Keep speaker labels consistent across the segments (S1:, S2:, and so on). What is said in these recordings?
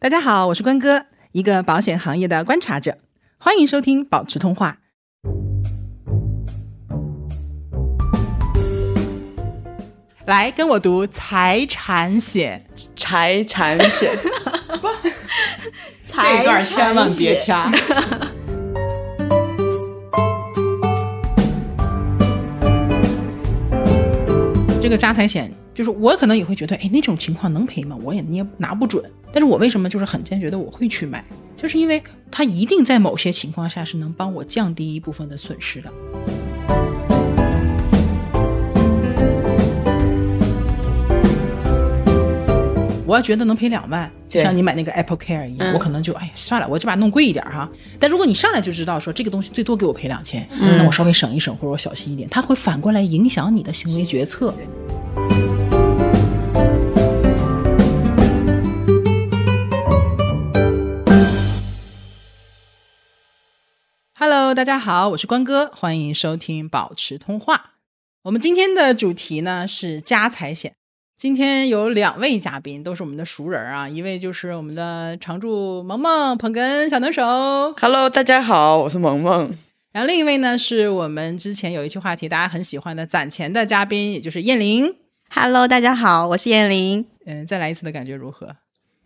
S1: 大家好，我是关哥，一个保险行业的观察者，欢迎收听保持通话。来跟我读财产险，
S2: 财产险，
S1: 这一段千万别掐。 这个家财险，就是我可能也会觉得，哎，那种情况能赔吗？我也捏拿不准。但是我为什么就是很坚决的我会去买，就是因为它一定在某些情况下是能帮我降低一部分的损失的。我要觉得能赔两万，就
S2: 对
S1: 像你买那个 Apple Care 一样，
S2: 嗯
S1: 我可能就哎呀算了，我就把它弄贵一点儿哈。但如果你上来就知道说这个东西最多给我赔两千、
S2: 嗯
S1: 那我稍微省一省或者我小心一点，它会反过来影响你的行为决策。Hello，大家好，我是关哥，欢迎收听保持通话。我们今天的主题呢是家财险。今天有两位嘉宾都是我们的熟人啊，一位就是我们的常驻萌萌、捧哏、小能手，
S2: Hello，大家好，我是萌萌。
S1: 然后另一位呢是我们之前有一期话题大家很喜欢的攒钱的嘉宾，也就是燕玲。
S3: Hello，大家好，我是燕玲。
S1: 嗯，再来一次的感觉如何？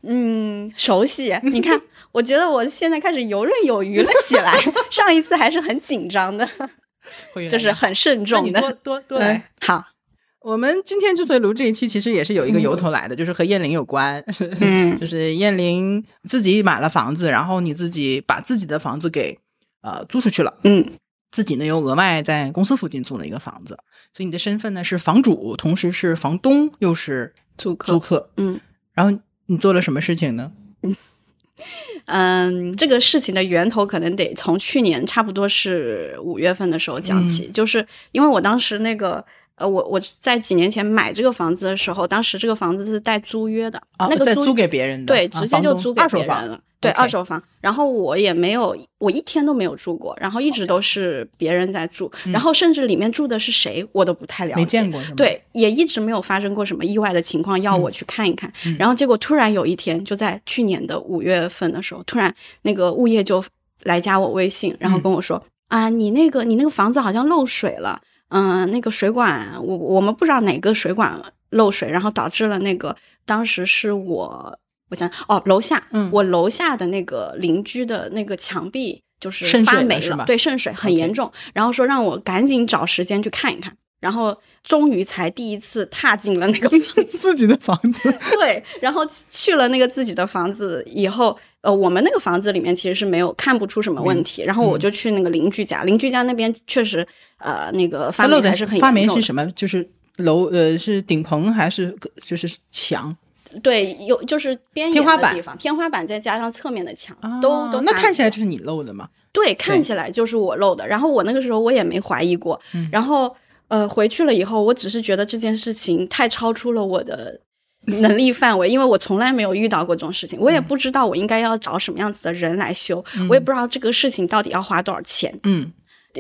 S3: 嗯，熟悉。你看，我觉得我现在开始游刃有余了起来。上一次还是很紧张的，
S1: 会越来
S3: 就是
S1: 越
S3: 很慎
S1: 那你
S3: 重的。
S1: 多多多来
S3: 嗯，好，
S1: 我们今天之所以录这一期，其实也是有一个由头 来的，就是和燕玲有关。
S3: 嗯
S1: 就是燕玲自己买了房子，然后你自己把自己的房子给呃租出去了，
S3: 嗯，
S1: 自己呢又额外在公司附近租了一个房子，所以你的身份呢是房主，同时是房东，又是
S3: 租
S1: 租客。
S3: 嗯
S1: 然后你做了什么事情呢？
S3: 嗯，这个事情的源头可能得从去年差不多是五月份的时候
S1: 嗯
S3: 讲起，就是因为我当时那个。呃，我我在几年前买这个房子的时候，当时这个房子是带租约的，
S1: 啊，
S3: 那个
S1: 在
S3: 租
S1: 租给别人的，
S3: 对，
S1: 啊
S3: 直接
S1: 房
S3: 就
S1: 东
S3: 租给
S1: 二手
S3: 别
S1: 房
S3: 人了。对，
S1: OK
S3: 二手房。然后我也没有，我一天都没有住过，然后一直都是别人在住，然后甚至里面住的是谁，我都不太了解。
S1: 嗯没见过是吗？，嗯
S3: 对，也一直没有发生过什么意外的情况，要我去看一看。然后结果突然有一天，就在去年的五月份的时候，突然那个物业就来加我微信，然后
S1: 嗯
S3: 跟我说：“啊，你那个你那个房子好像漏水了，嗯、那个水管，我我们不知道哪个水管漏水，然后导致了那个当时是我。”我想哦，楼下，
S1: 嗯
S3: 我楼下的那个邻居的那个墙壁就是
S1: 渗水
S3: 发
S1: 了
S3: 霉
S1: 是吧
S3: 对，渗水很
S1: OK
S3: 严重。然后说让我赶紧找时间去看一看，然后终于才第一次踏进了那个 房
S1: 自己的房 子，
S3: 对，然后去了那个自己的房子以后，呃，我们那个房子里面其实是没有看不出什么问题，然后
S1: 嗯
S3: 我就去那个邻居家，邻居家那边确实呃那个发
S1: 它漏
S3: 霉
S1: 的
S3: 还是很
S1: 发霉
S3: 严重
S1: 是
S3: 的，
S1: 什么？就是楼呃是顶棚还是就是墙？
S3: 对，有就是边
S1: 天
S3: 沿
S1: 花
S3: 的
S1: 板
S3: 地方，天花板再加上侧面的墙，
S1: 啊
S3: 都都
S1: 那
S3: 发
S1: 看起
S3: 霉
S1: 来
S3: 了
S1: 就是你漏的嘛？
S3: 对，看
S1: 对
S3: 起来就是我漏的。然后我那个时候我也没怀疑过，然后呃回去了以后，我只是觉得这件事情太超出了我的能力范围，因为我从来没有遇到过这种事情，我也不知道我应该要找什么样子的人来修，我也不知道这个事情到底要花多少钱，
S1: 嗯，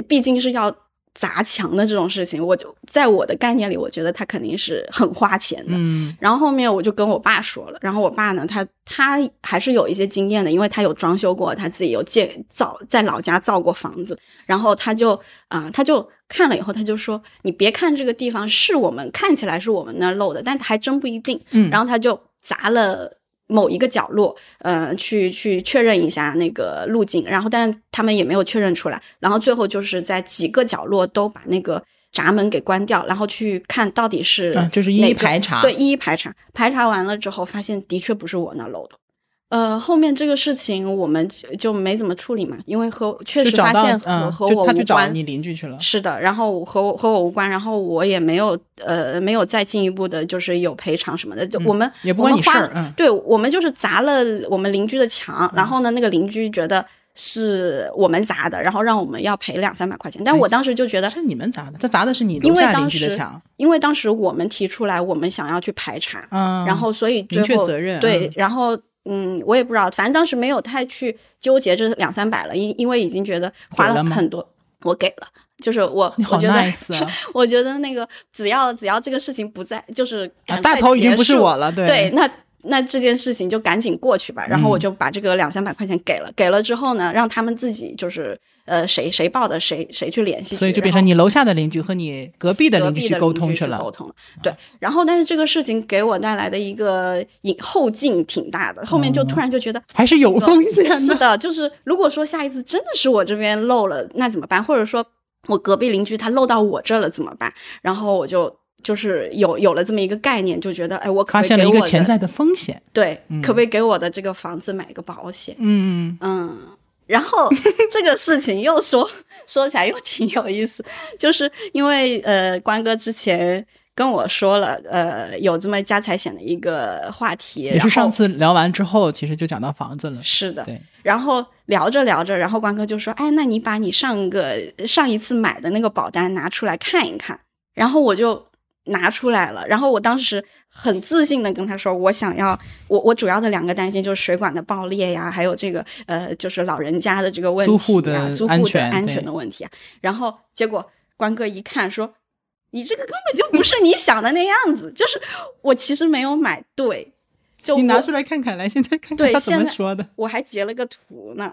S3: 毕竟是要。砸墙的这种事情，我就在我的概念里，我觉得它肯定是很花钱的。
S1: 嗯，
S3: 然后后面我就跟我爸说了，然后我爸呢，他他还是有一些经验的，因为他有装修过，他自己有建造在老家造过房子，然后他就啊、他就看了以后，他就说，你别看这个地方是我们看起来是我们那儿漏的，但还真不一定。
S1: 嗯
S3: 然后他就砸了。某一个角落，呃，去去确认一下那个路径，然后但是他们也没有确认出来，然后最后就是在几个角落都把那个闸门给关掉，然后去看到底是、
S1: 啊就是一一排查
S3: 对，一一排查，排查完了之后发现的确不是我那漏的。呃，后面这个事情我们就就没怎么处理嘛，因为和确
S1: 就
S3: 实
S1: 找
S3: 发
S1: 到
S3: 现和、
S1: 嗯，
S3: 和
S1: 就
S3: 我
S1: 他去
S3: 无
S1: 找
S3: 关，
S1: 你邻居去了。
S3: 是的，然后和我和我无关，然后我也没有呃没有再进一步的，就是有赔偿什么的，就
S1: 嗯
S3: 我们、
S1: 也不
S3: 我
S1: 关
S3: 们
S1: 你
S3: 花
S1: 事儿
S3: 了
S1: 嗯
S3: 对我们就是砸了我们邻居的墙，然后呢，那个邻居觉得是我们砸的，然后让我们要赔两三百块钱，但我当时就觉得
S1: 哎是你们砸的，他砸的是你
S3: 因
S1: 楼
S3: 为
S1: 下邻
S3: 当
S1: 居的
S3: 时
S1: 墙，
S3: 因为当时我们提出来我们想要去排查，
S1: 嗯，
S3: 然后所以最
S1: 明
S3: 后
S1: 确责任
S3: 对
S1: 嗯，
S3: 然后嗯，我也不知道，反正当时没有太去纠结这两三百了，因因为已经觉得花
S1: 给了吗
S3: 很多，我给了，就是我
S1: 你
S3: 我
S1: 好
S3: 觉得
S1: nice 啊，
S3: 我觉得那个只要只要这个事情不在，就是
S1: 啊
S3: 赶
S1: 大
S3: 快
S1: 头已经
S3: 结
S1: 不是
S3: 束
S1: 我了，对嗯
S3: 对，那那这件事情就赶紧过去吧。然后我就把这个两三百块钱给了，给了之后呢，让他们自己就是呃谁谁报的谁谁去联系去，
S1: 所以就变
S3: 然后
S1: 成你楼下的邻居和你隔壁的邻居去沟通
S3: 去
S1: 了。啊
S3: 沟通了。对，然后但是这个事情给我带来的一个影后劲挺大的，后面就突然 就觉得。
S1: 还是有哦风险
S3: 是
S1: 的。
S3: 的，就是如果说下一次真的是我这边漏了，那怎么办？或者说我隔壁邻居他漏到我这了怎么办？然后我就就是有有了这么一个概念，就觉得哎，我可
S1: 发
S3: 不可以
S1: 现
S3: 给
S1: 了一
S3: 我
S1: 个
S3: 的
S1: 潜在的风险，
S3: 对，
S1: 嗯
S3: 可不可以给我的这个房子买一个保险？
S1: 嗯，
S3: 嗯，然后这个事情又说 说起来又挺有意思，就是因为呃，关哥之前跟我说了，呃，有这么家财险的一个话题，
S1: 也
S3: 然后
S1: 是上次聊完之后，其实就讲到房子了。
S3: 是的，
S1: 对，
S3: 然后聊着聊着，然后关哥就说：“哎，那你把你上个上一次买的那个保单拿出来看一看。”然后我就拿出来了，然后我当时很自信的跟他说：“我想要我我主要的两个担心就是水管的爆裂呀，还有这个呃就是老人家的这个问题
S1: 租
S3: 呀，
S1: 户的
S3: 租户
S1: 安
S3: 的
S1: 全
S3: 安
S1: 对
S3: 全的问题啊。”然后结果关哥一看说。你这个根本就不是你想的那样子，就是我其实没有买对，就
S1: 你拿
S3: 我
S1: 出来看看，来，现在看看
S3: 对
S1: 他怎么
S3: 现在
S1: 说的。
S3: 我还截了个图呢，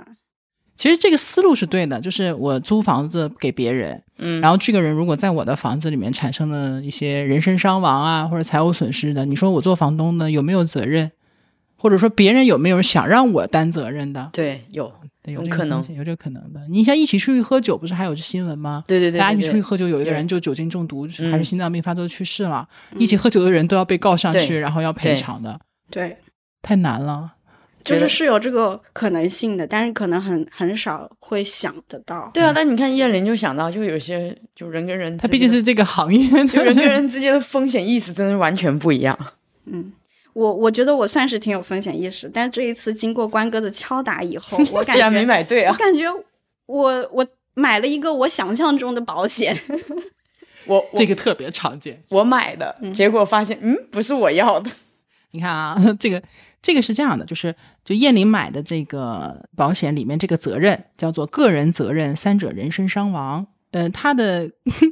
S1: 其实这个思路是对的，就是我租房子给别人，
S2: 嗯，
S1: 然后这个人如果在我的房子里面产生了一些人身伤亡啊，或者财务损失的，你说我做房东的有没有责任？或者说别人有没有想让我担责任的？
S2: 对，有，
S1: 对有
S2: 有
S1: 这个
S2: 嗯可
S1: 风
S2: 能
S1: 险有这个可能的。你像一起出去喝酒，不是还有这新闻吗？
S2: 对对对，
S1: 大家一
S2: 对
S1: 起出去
S2: 对
S1: 喝酒，有一个
S2: 对
S1: 人就酒精中毒
S2: 嗯
S1: 还是心脏病发作去世了，一起喝酒的人都要被告上去，
S2: 对
S1: 然后要赔
S2: 对
S1: 偿的，
S3: 对，
S1: 太难了。
S3: 就
S2: 觉
S3: 是
S2: 得
S3: 是有这个可能性的，但是可能很很少会想得到。
S2: 对啊，但你看燕玲就想到，就有些就人跟人之间的，
S1: 嗯他毕竟是这个行业 的
S2: 就人跟人之间的风险意识真的完全不一样。
S3: 嗯，我我觉得我算是挺有风险意识，但这一次经过关哥的敲打以后， 我感
S2: 既然没
S3: 觉，
S2: 买对
S3: 我
S2: 啊，
S3: 感觉我我买了一个我想象中的保险。
S2: 我我
S1: 这个特别常见。
S2: 我买的，结果发现嗯不是我要的，
S1: 你看啊， 这个这个是这样的，就是就燕玲买的这个保险里面这个责任叫做个人责任三者人身伤亡，呃，它的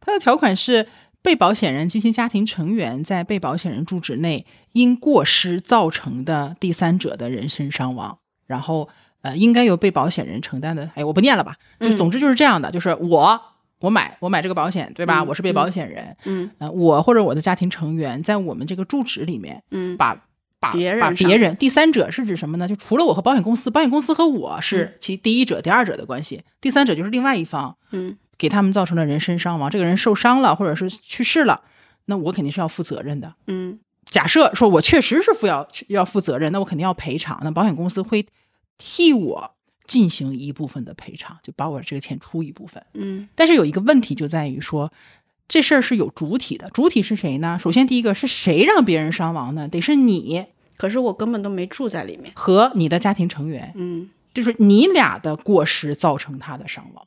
S1: 它的条款是。被保险人及其家庭成员在被保险人住址内因过失造成的第三者的人身伤亡，然后呃，应该由被保险人承担的。哎，我不念了吧，就是
S3: 嗯
S1: 总之就是这样的，就是我我买我买这个保险，对吧？
S3: 嗯
S1: 我是被
S3: 嗯
S1: 保险人，
S3: 嗯
S1: 呃，我或者我的家庭成员在我们这个住址里面
S3: 嗯
S1: 把把
S3: 别人
S1: 把
S3: 上
S1: 别人第三者是指什么呢？就除了我和保险公司，保险公司和我是其第一者、第二者的关系，第三者就是另外一方
S3: 嗯
S1: 给他们造成了人身伤亡，这个人受伤了或者是去世了，那我肯定是要负责任的。
S3: 嗯
S1: 假设说我确实是负要要负责任，那我肯定要赔偿，那保险公司会替我进行一部分的赔偿，就把我这个钱出一部分。
S3: 嗯
S1: 但是有一个问题就在于说，这事儿是有主体的，主体是谁呢？首先第一个是谁让别人伤亡呢？得是你
S3: 可是我根本都没住在里面。
S1: 和你的家庭成员，
S3: 嗯
S1: 就是你俩的过失造成他的伤亡。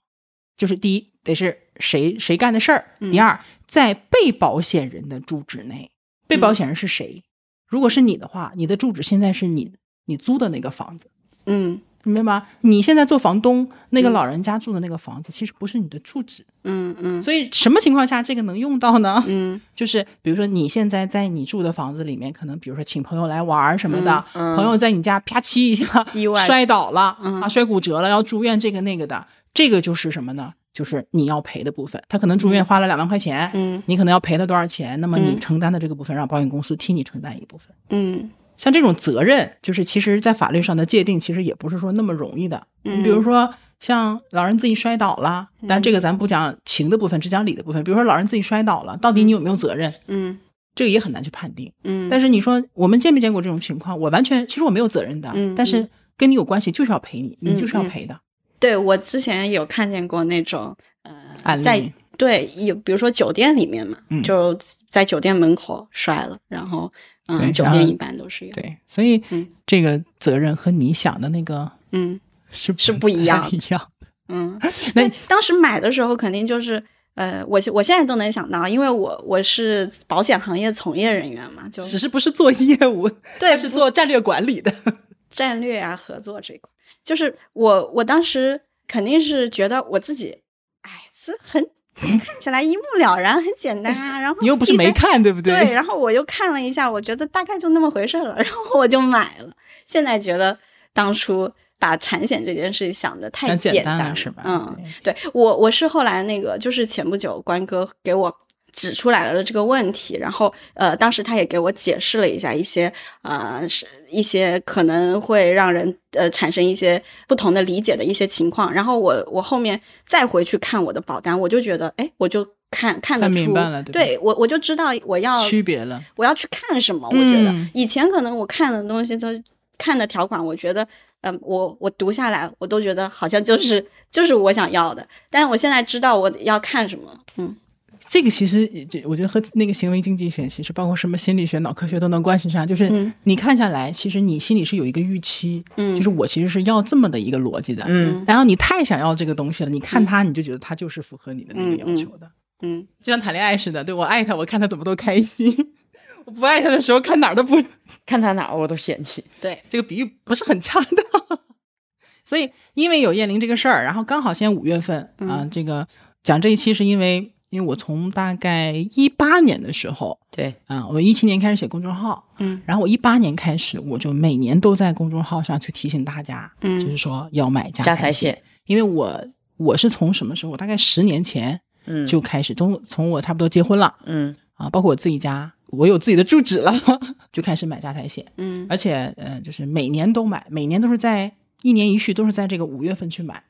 S1: 就是第一，得是谁谁干的事儿；第二，在被保险人的住址内，被保险人是谁？如果是你的话，你的住址现在是你你租的那个房子。
S3: 嗯
S1: 明白吗？你现在做房东，那个
S3: 嗯
S1: 老人家住的那个房子其实不是你的住址，
S3: 嗯嗯
S1: 所以什么情况下这个能用到呢？
S3: 嗯
S1: 就是比如说你现在在你住的房子里面，可能比如说请朋友来玩儿什么的，
S2: 嗯嗯
S1: 朋友在你家啪叽一下
S3: 意外
S1: 摔倒了、
S3: 嗯
S1: 啊，摔骨折了，要住院这个那个的，这个就是什么呢？就是你要赔的部分。他可能住院花了两万块钱，
S3: 嗯
S1: 你可能要赔了多少钱？那么你
S3: 嗯
S1: 承担的这个部分，让保险公司替你承担一部分。
S3: 嗯
S1: 像这种责任，就是其实在法律上的界定，其实也不是说那么容易的。
S3: 嗯
S1: 你比如说，像老人自己摔倒了，但这个咱不讲情的部分，只讲理的部分。比如说老人自己摔倒了，到底你有没有责任？
S3: 嗯
S1: 这个也很难去判定。
S3: 嗯，
S1: 但是你说我们见没见过这种情况？我完全其实我没有责任的，
S3: 嗯
S1: 但是跟你有关系就是要赔你，
S3: 嗯
S1: 你就是要赔的。
S3: 对我之前有看见过那种呃
S1: 案例
S3: 在对，有比如说酒店里面嘛，
S1: 嗯
S3: 就在酒店门口摔了，然后
S1: 对
S3: 嗯，酒
S1: 然后
S3: 店一般都是有，
S1: 对，所以
S3: 嗯
S1: 这个责任和你想的那个
S3: 嗯
S1: 是
S3: 是不一样
S1: 太一样。
S3: 嗯。
S1: 那
S3: 对，当时买的时候肯定就是呃，我我现在都能想到，因为我我是保险行业从业人员嘛，就
S1: 只是不是做业务，
S3: 对
S1: 是
S3: 不
S1: 做战略管理的。
S3: 战略啊合作这一块，就是我我当时肯定是觉得我自己，哎，是很看起来一目了然，很简单啊。然后
S1: 你又不是
S3: 第三
S1: 没看，对不
S3: 对
S1: 对，
S3: 然后我又看了一下，我觉得大概就那么回事了，然后我就买了。现在觉得当初把产险这件事想的太
S1: 想简
S3: 简
S1: 单
S3: 单
S1: 了是吧
S3: 嗯，对我我是后来那个就是前不久关哥给我。指出来了这个问题，然后呃，当时他也给我解释了一下一些呃是一些可能会让人呃产生一些不同的理解的一些情况，然后我我后面再回去看我的保单，我就觉得哎，我就看看得
S1: 看
S3: 出，
S1: 明白了对吧
S3: 对我我就知道我要
S1: 区别了，
S3: 我要去看什么？我觉得、
S1: 嗯
S3: 以前可能我看的东西都看的条款，我觉得，嗯，我我读下来，我都觉得好像就是就是我想要的，但我现在知道我要看什么，嗯，
S1: 这个其实也我觉得和那个行为经济学，其实包括什么心理学、脑科学都能关系上。就是
S3: 嗯
S1: 你看下来，其实你心里是有一个预期，
S3: 嗯
S1: 就是我其实是要这么的一个逻辑的。
S2: 嗯
S1: 然后你太想要这个东西了，你看它，你就觉得它就是符合你的那个要求的，
S3: 嗯，
S1: 就像谈恋爱似的。对我爱他，我看他怎么都开心；我不爱他的时候，看哪儿都不
S2: 看他哪儿我都嫌弃。
S3: 对，
S1: 这个比喻不是很恰当。所以，因为有燕玲这个事儿，然后刚好现在五月份啊、
S3: 嗯
S1: 这个讲这一期是因为，因为我从大概一八年的时候
S2: 对，
S1: 啊、我一七年开始写公众号，
S3: 嗯
S1: 然后我一八年开始，我就每年都在公众号上去提醒大家，
S3: 嗯
S1: 就是说要买
S2: 家
S1: 家
S2: 财
S1: 财
S2: 险，
S1: 因为我我是从什么时候？我大概十年前
S2: 嗯，
S1: 就开始，从从我差不多结婚了
S2: 嗯
S1: 啊，包括我自己家，我有自己的住址了， 就开始买家财险。
S3: 嗯
S1: 而且呃，就是每年都买，每年都是在一年一续，都是在这个五月份去买。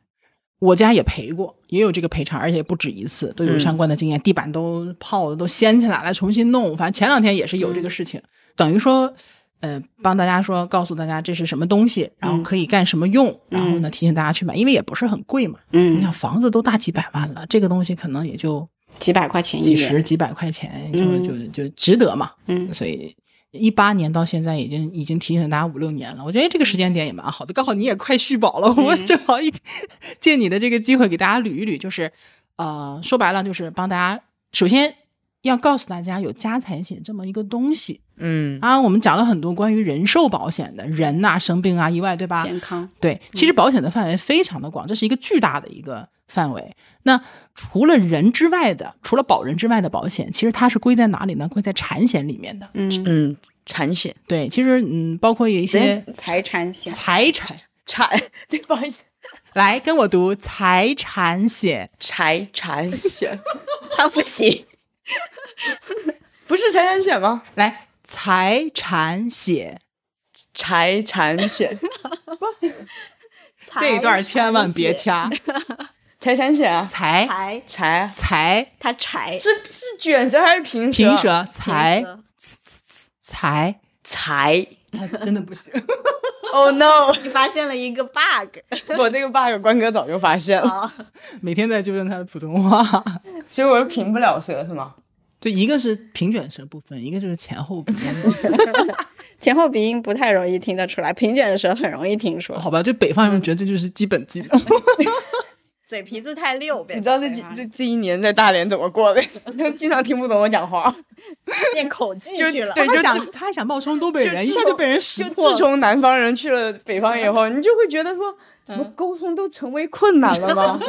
S1: 我家也赔过，也有这个赔偿，而且不止一次，都有
S2: 嗯
S1: 相关的经验。地板都泡的都掀起来了，重新弄。反正前两天也是有这
S3: 嗯
S1: 个事情，等于说，呃，帮大家说，告诉大家这是什么东西，然
S3: 嗯
S1: 后可以干什么用，然后呢提醒大家去买，因为也不是很贵嘛。你
S3: 嗯
S1: 想，房子都大几百万了，这个东西可能也就
S3: 几百块钱一
S1: 几
S3: 年，
S1: 十几百块钱，就
S3: 嗯
S1: 就就值得嘛。
S3: 嗯
S1: 所以一八年到现在已经已经提醒大家五六年了，我觉得哎这个时间点也蛮好的，刚好你也快续保了，我
S3: 嗯
S1: 正好一借你的这个机会给大家捋一捋，就是呃，说白了就是帮大家，首先要告诉大家有家财险这么一个东西
S2: 嗯
S1: 啊，我们讲了很多关于人寿保险的人呐、生病啊、意外，对吧？
S3: 嗯健康，嗯
S1: 对，其实保险的范围非常的广，这是一个巨大的一个范围。那除了人之外的，除了保人之外的保险，其实它是归在哪里呢？归在产险里面的。
S3: 嗯，
S2: 嗯，产险
S1: 对，其实嗯，包括有一些
S3: 财产险，
S1: 财产，
S2: 产，对， 不好意思，
S1: 来跟我读财产险，
S2: 财产险
S3: 他不行，
S2: 不是财产险吗？
S1: 来财产险
S2: 财产险，
S1: 这一段千万别
S3: 财
S1: 掐，
S2: 财产险啊，
S1: 财
S3: 产险，财，
S2: 财
S1: 财
S3: 他柴，
S2: 是是卷舌还是平舌？
S1: 平舌财
S3: 平舌
S1: 财，
S2: 财。
S1: 他真的不行。
S2: Oh no！
S3: 你发现了一个 bug
S2: 我这个 bug 关哥早就发现了，
S3: 啊，
S1: 每天在纠正他的普通话。
S2: 所以我是平不了舌是吗？
S1: 对，一个是平卷舌部分，一个就是前后鼻 音。
S3: 前后鼻音不太容易听得出来，平卷舌很容易听出来。
S1: 好吧，就北方人觉得这就是基本技能。
S3: 嘴皮子太溜呗，
S2: 你知道这几这这一年在大连怎么过的？ 都经常听不懂我讲话，
S3: 练口技
S1: 就
S3: 去了，
S1: 对，
S2: 他
S1: 就
S2: 想
S1: 想他想冒充东北
S2: 就
S1: 人，
S2: 自
S1: 一下就
S2: 从
S1: 被人识
S2: 就
S1: 破
S2: 自
S1: 了。
S2: 从南方人去了北方以 后，你就会觉得说，怎么沟通都成为困难了 吗？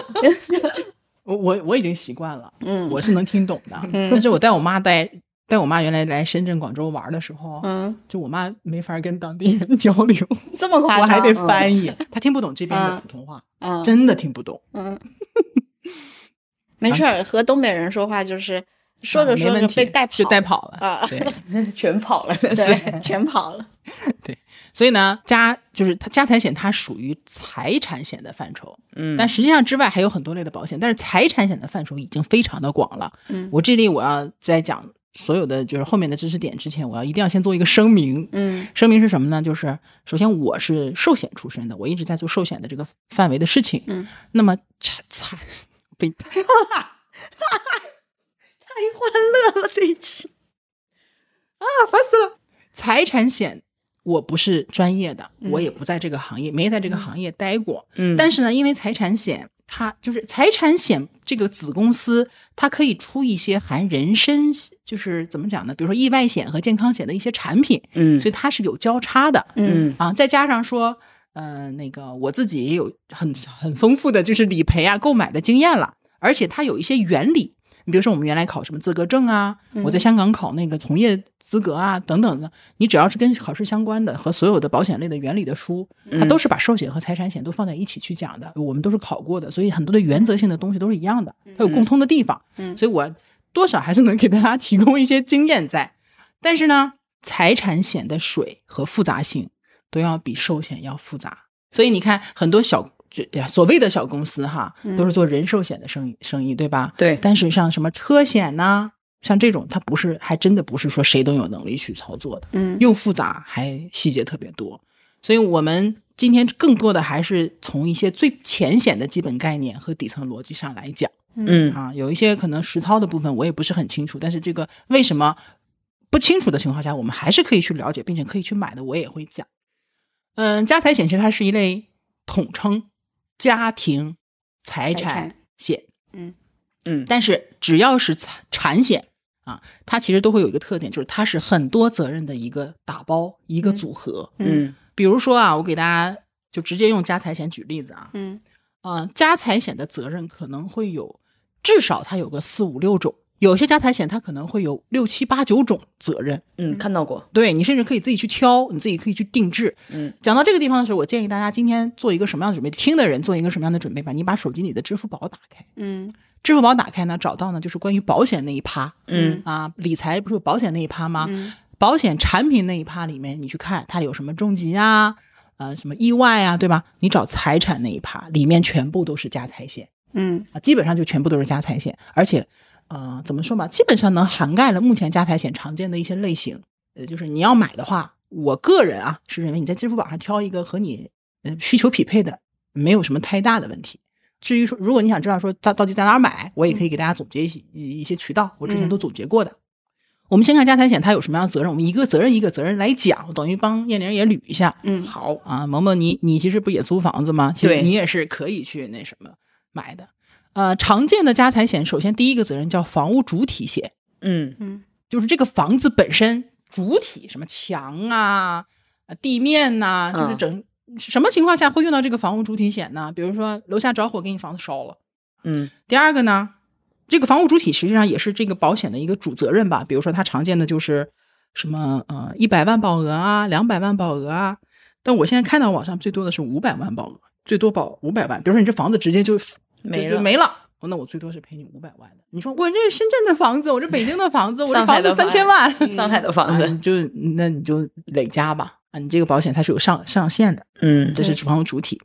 S1: 我我我已经习惯了，
S3: 嗯
S1: 我是能听懂的。 但是我带我妈带带我妈原来来深圳、广州玩的时候，
S3: 嗯，
S1: 就我妈没法跟当地人 交流，
S3: 这么夸张，
S1: 我还得
S3: 嗯
S1: 翻译，她听不懂这边的
S3: 嗯
S1: 普通话，
S3: 嗯，
S1: 真的听不懂。
S3: 嗯，没事儿，和东北人说话就是说
S1: 啊
S3: 着
S1: 没
S3: 说
S1: 问
S3: 着
S1: 题
S3: 被带跑，
S1: 就带跑了。
S3: 啊，
S1: 对，
S2: 全跑了，真是。
S3: 对，全跑了，
S1: 所以呢，家就是它家财险，它属于财产险的范畴。
S2: 嗯
S1: 但实际上之外还有很多类的保险，但是财产险的范畴已经非常的广了。
S3: 嗯
S1: 我这里我要在讲所有的就是后面的知识点之前，我要一定要先做一个声明。
S3: 嗯
S1: 声明是什么呢？就是首先我是寿险出身的，我一直在做寿险的这个范围的事情。
S3: 嗯，
S1: 那么产财被太欢 乐了这一期啊，烦死了！财产险我不是专业的，我也不在这个行业，没在这个行业待过。
S2: 嗯
S1: 但是呢，因为财产险，它就是财产险这个子公司，它可以出一些含人身，就是怎么讲呢？比如说意外险和健康险的一些产品，
S2: 嗯
S1: 所以它是有交叉的
S3: 嗯
S1: 啊。再加上说，呃，那个我自己也有很很丰富的就是理赔啊、购买的经验了。而且它有一些原理。你比如说，我们原来考什么资格证啊，我在香港考那个从业资格啊等等的，你只要是跟考试相关的和所有的保险类的原理的书，
S2: 嗯
S1: 它
S3: 嗯
S1: 都是把寿险和财产险都放在一起去讲的，我们都是考过的，所以很多的原则性的东西都是一样的，它有共通的地方。
S3: 嗯
S1: 所以我多少还是能给大家提供一些经验在，但是呢，财产险的水和复杂性都要比寿险要复杂，所以你看很多小。就哎所谓的小公司哈，
S3: 嗯
S1: 都是做人寿险的生意，生意对吧？
S2: 对，
S1: 但是像什么车险呐、像这种，它不是还真的不是说谁都有能力去操作的，
S3: 嗯
S1: 又复杂还细节特别多，所以我们今天更多的还是从一些最浅显的基本概念和底层逻辑上来讲
S2: 嗯
S1: 啊，有一些可能实操的部分我也不是很清楚，但是这个为什么不清楚的情况下，我们还是可以去了解，并且可以去买的，我也会讲。嗯，家财险其实它是一类统称，家庭财
S3: 财
S1: 产
S3: 产
S1: 险。
S2: 嗯
S1: 但是只要是产产险啊，它其实都会有一个特点，就是它是很多责任的一个打包一个组合。
S2: 嗯
S1: 比如说啊，我给大家就直接用家财险举例子啊，
S3: 嗯
S1: 呃，家财险的责任可能会有至少它有个四五六种，有些家财险它可能会有六七八九种责任。
S2: 嗯，看到过，
S1: 对你甚至可以自己去挑，你自己可以去定制。
S2: 嗯，
S1: 讲到这个地方的时候，我建议大家今天做一个什么样的准备？听的人做一个什么样的准备吧？你把手机里的支付宝打开。
S3: 嗯
S1: 支付宝打开呢，找到呢就是关于保险那一趴
S2: 嗯
S1: 啊，理财不是有保险那一趴吗？
S3: 嗯
S1: 保险产品那一趴里面，你去看它有什么重疾啊，呃，什么意外啊，对吧？你找财产那一趴，里面全部都是家财险
S3: 嗯
S1: 啊，基本上就全部都是家财险，而且，呃，怎么说吧，基本上能涵盖了目前家财险常见的一些类型。呃，就是你要买的话，我个人啊是认为你在支付宝上挑一个和你呃需求匹配的，没有什么太大的问题。至于说，如果你想知道说它到底在哪儿买，我也可以给大家总结一些、一一些渠道，我之前都总结过的。我们先看家财险它有什么样的责任，我们一个责任一个责任来讲，等于帮燕玲也捋一下
S3: 嗯
S2: 好，
S1: 啊。萌萌，你你其实不也租房子吗？其实
S2: 对
S1: 你也是可以去那什么买的。呃，常见的家财险，首先第一个责任叫房屋主体险，
S2: 嗯
S3: 嗯
S1: 就是这个房子本身主体，什么墙啊、呃地面呐、
S2: 嗯
S1: 就是整、什么情况下会用到这个房屋主体险呢？比如说楼下着火给你房子烧了。
S2: 嗯
S1: 第二个呢，这个房屋主体实际上也是这个保险的一个主责任吧。比如说它常见的就是什么呃一百万保额啊、两百万保额啊，但我现在看到网上最多的是五百万保额，最多保五百万。比如说你这房子直接就
S2: 没
S1: 就就
S2: 了
S1: 没了。哦那我最多是赔你五百万的。你说我这深圳的房子，我这北京的房子，我这
S2: 上海
S1: 房
S2: 的嗯
S1: 子三千万，
S2: 上海的房
S1: 啊、
S2: 子，
S1: 你就那你就累加吧。啊，你这个保险它是有上上限的，
S2: 嗯
S1: 这是
S3: 对
S1: 房屋主体。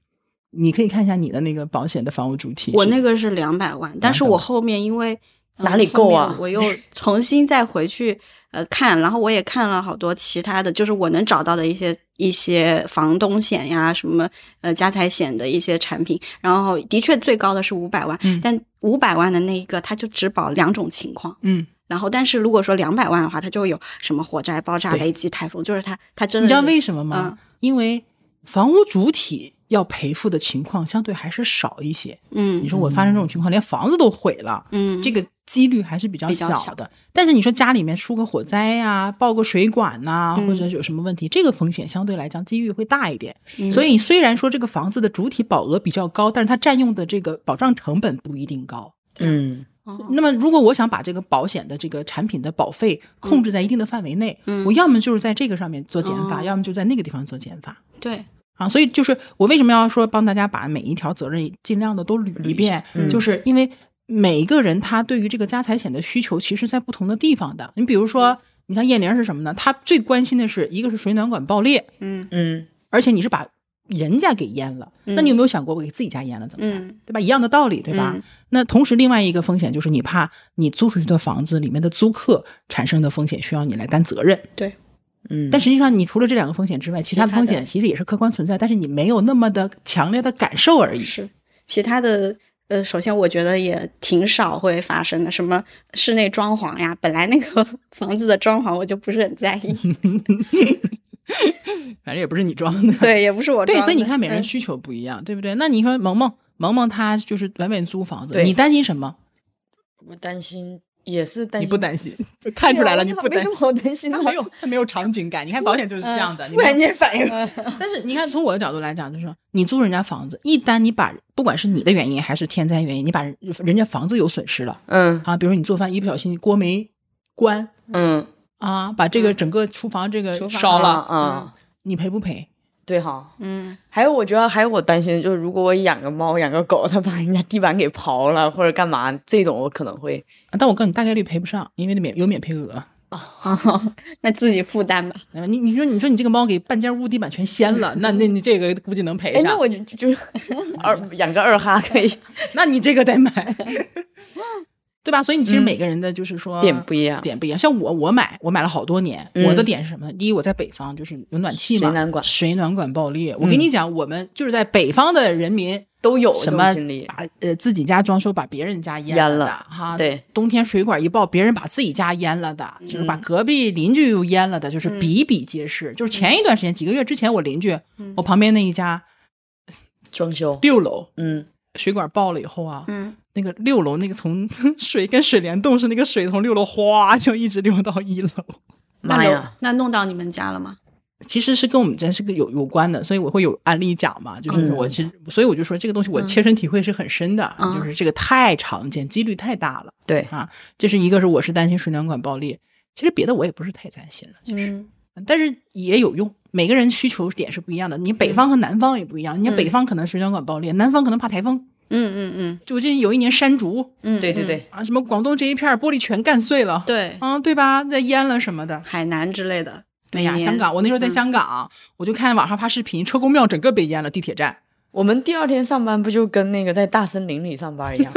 S1: 你可以看一下你的那个保险的房屋主体是。
S3: 我那个是两百万，但是我后面因为呃
S2: 哪里够
S3: 后
S2: 啊
S3: 面 我又重新再回去呃看，然后我也看了好多其他的，就是我能找到的一些一些房东险呀，什么呃家财险的一些产品，然后的确最高的是五百万，
S1: 嗯
S3: 但五百万的那一个它就只保两种情况。
S1: 嗯，
S3: 然后，但是如果说两百万的话，它就有什么火灾、爆炸、
S1: 对
S3: 雷击、台风，就是它，它真的
S1: 你知道
S3: 是
S1: 为什么吗？
S3: 嗯
S1: 因为房屋主体要赔付的情况相对还是少一些。
S3: 嗯
S1: 你说我发生这种情况，连房子都毁了，
S3: 嗯
S1: 这个几率还是比较
S3: 比较
S1: 小
S3: 小
S1: 的。但是你说家里面出个火灾呀、爆个水管呐、
S3: 嗯
S1: 或者有什么问题，这个风险相对来讲机遇会大一点。
S3: 嗯
S1: 所以虽然说这个房子的主体保额比较高，但是它占用的这个保障成本不一定高。
S2: 嗯
S3: 哦
S1: 那么，如果我想把这个保险的这个产品的保费控制在一定的范围内，
S3: 嗯
S1: 我要么就是在这个上面做减法，
S3: 哦
S1: 要么就在那个地方做减法。
S3: 对，
S1: 啊，所以就是我为什么要说帮大家把每一条责任尽量的都捋一遍，
S2: 嗯
S1: 就是因为每一个人他对于这个家财险的需求，其实在不同的地方的。你比如说，
S3: 嗯
S1: 你像燕玲是什么呢？她最关心的是一个是水暖管爆裂，
S3: 嗯
S2: 嗯
S1: 而且你是把人家给淹了，那你有没有想过我给自己家淹了怎么办？
S3: 嗯
S1: 对吧？一样的道理，对吧？
S3: 嗯
S1: 那同时，另外一个风险就是你怕你租出去的房子里面的租客产生的风险需要你来担责任。
S2: 嗯，
S1: 但实际上，你除了这两个风险之外，其他的
S3: 他的
S1: 风险其实也是客观存在，但是你没有那么的强烈的感受而已。
S3: 是其他的，呃，首先我觉得也挺少会发生的，什么室内装潢呀，本来那个 房子的装潢我就不是很在 意，
S1: 反正也不是你装的。
S3: 对，也不是我
S1: 对，
S3: 装
S1: 所以你
S3: 的
S1: 看每人
S3: 嗯
S1: 需求不一样，对不对？那你说萌萌，萌萌她就是外面租房子，
S2: 对
S1: 你担心什么？
S2: 我担心也是担
S1: 你
S2: 心，
S1: 不担心？ 看出来了，你不担
S2: 为
S1: 心嗯
S2: 什。么我担心
S1: 他
S2: 呢？
S1: 没有，他没有场景感。你看保险就是这样的，你
S2: 突然间反应，
S1: 但是你看，从我的角度来讲，就是说你租人家房子，一旦你把不管是你的原因还是天灾原因，你把人人家房子有损失了
S2: 嗯
S1: 啊，比如你做饭一不小心锅没关
S2: 嗯，
S1: 啊，把这个整个厨房这个
S3: 厨房
S1: 烧了，
S2: 啊，
S1: 你赔不赔？
S2: 对哈。
S3: 嗯，
S2: 还有，我觉得还有我担心的就是，如果我养个猫、养个狗，它把人家地板给刨了或者干嘛，这种我可能会
S1: 啊但我告诉你，大概率赔不上，因为免有免赔额。
S3: 嗯那自己负担吧。
S1: 对吧你你说你说你这个猫给半间屋地板全掀了，那那你这个估计能赔
S2: 哎，
S1: 上
S2: 那。我就就是 二养个二哈可以，
S1: 那你这个得买， 对吧？所以你其实每个人的就是说、
S2: 嗯点不一样，
S1: 点不一样。像我，我买我买了好多年，
S2: 嗯
S1: 我的点是什么呢？第一，我在北方就是有暖气嘛，
S2: 水暖管嗯
S1: 水暖管爆裂。我跟你讲，我们就是在北方的人民。
S2: 都有这
S1: 什
S2: 种
S1: 么
S2: 经历，
S1: 把呃自己家装修把别人家淹
S2: 淹
S1: 了的
S2: 了
S1: 哈，
S2: 对，嗯
S1: 冬天水管一爆，别人把自己家淹了的，就是把隔壁邻居又淹了的，就是比比皆是。就是前一段时间几个月之前，我邻居
S3: 嗯
S1: 我旁边那一家
S2: 装修，
S1: 六楼
S2: 嗯，
S1: 水管爆了以后啊，
S3: 嗯，
S1: 那个六楼那个从 水跟水帘洞是那个水从六楼哗就一直流到一楼，
S2: 妈
S3: 那弄
S2: 呀，
S3: 那弄到你们家了吗？
S1: 其实是跟我们真是个有有关的，所以我会有案例讲嘛，就是
S2: 嗯
S1: 我其实，所以我就说这个东西我切身体会是很深的，
S3: 嗯
S1: 就是这个太常见，几率太大了。
S2: 对，
S1: 这是一个是我是担心水暖管爆裂，其实别的我也不是太担心了，其实，
S3: 嗯
S1: 但是也有用。每个人需求点是不一样的，你北方和南方也不一样。你看北方可能水暖管爆裂，南方可能怕台风。
S3: 嗯嗯嗯
S1: 就我记得有一年山竹
S3: 嗯，
S2: 对
S3: 嗯
S2: 对对，
S1: 啊，什么广东这一片儿玻璃全干碎了，
S3: 对，
S1: 啊，对吧？再淹了什么的。
S3: 海南之类的。
S1: 哎
S3: 对
S1: 呀，香港，我那时候在
S3: 嗯
S1: 香港，我就看网上发视频，车公庙整个被淹了，地铁站。
S2: 我们第二天上班不就跟那个在大森林里上班 一样？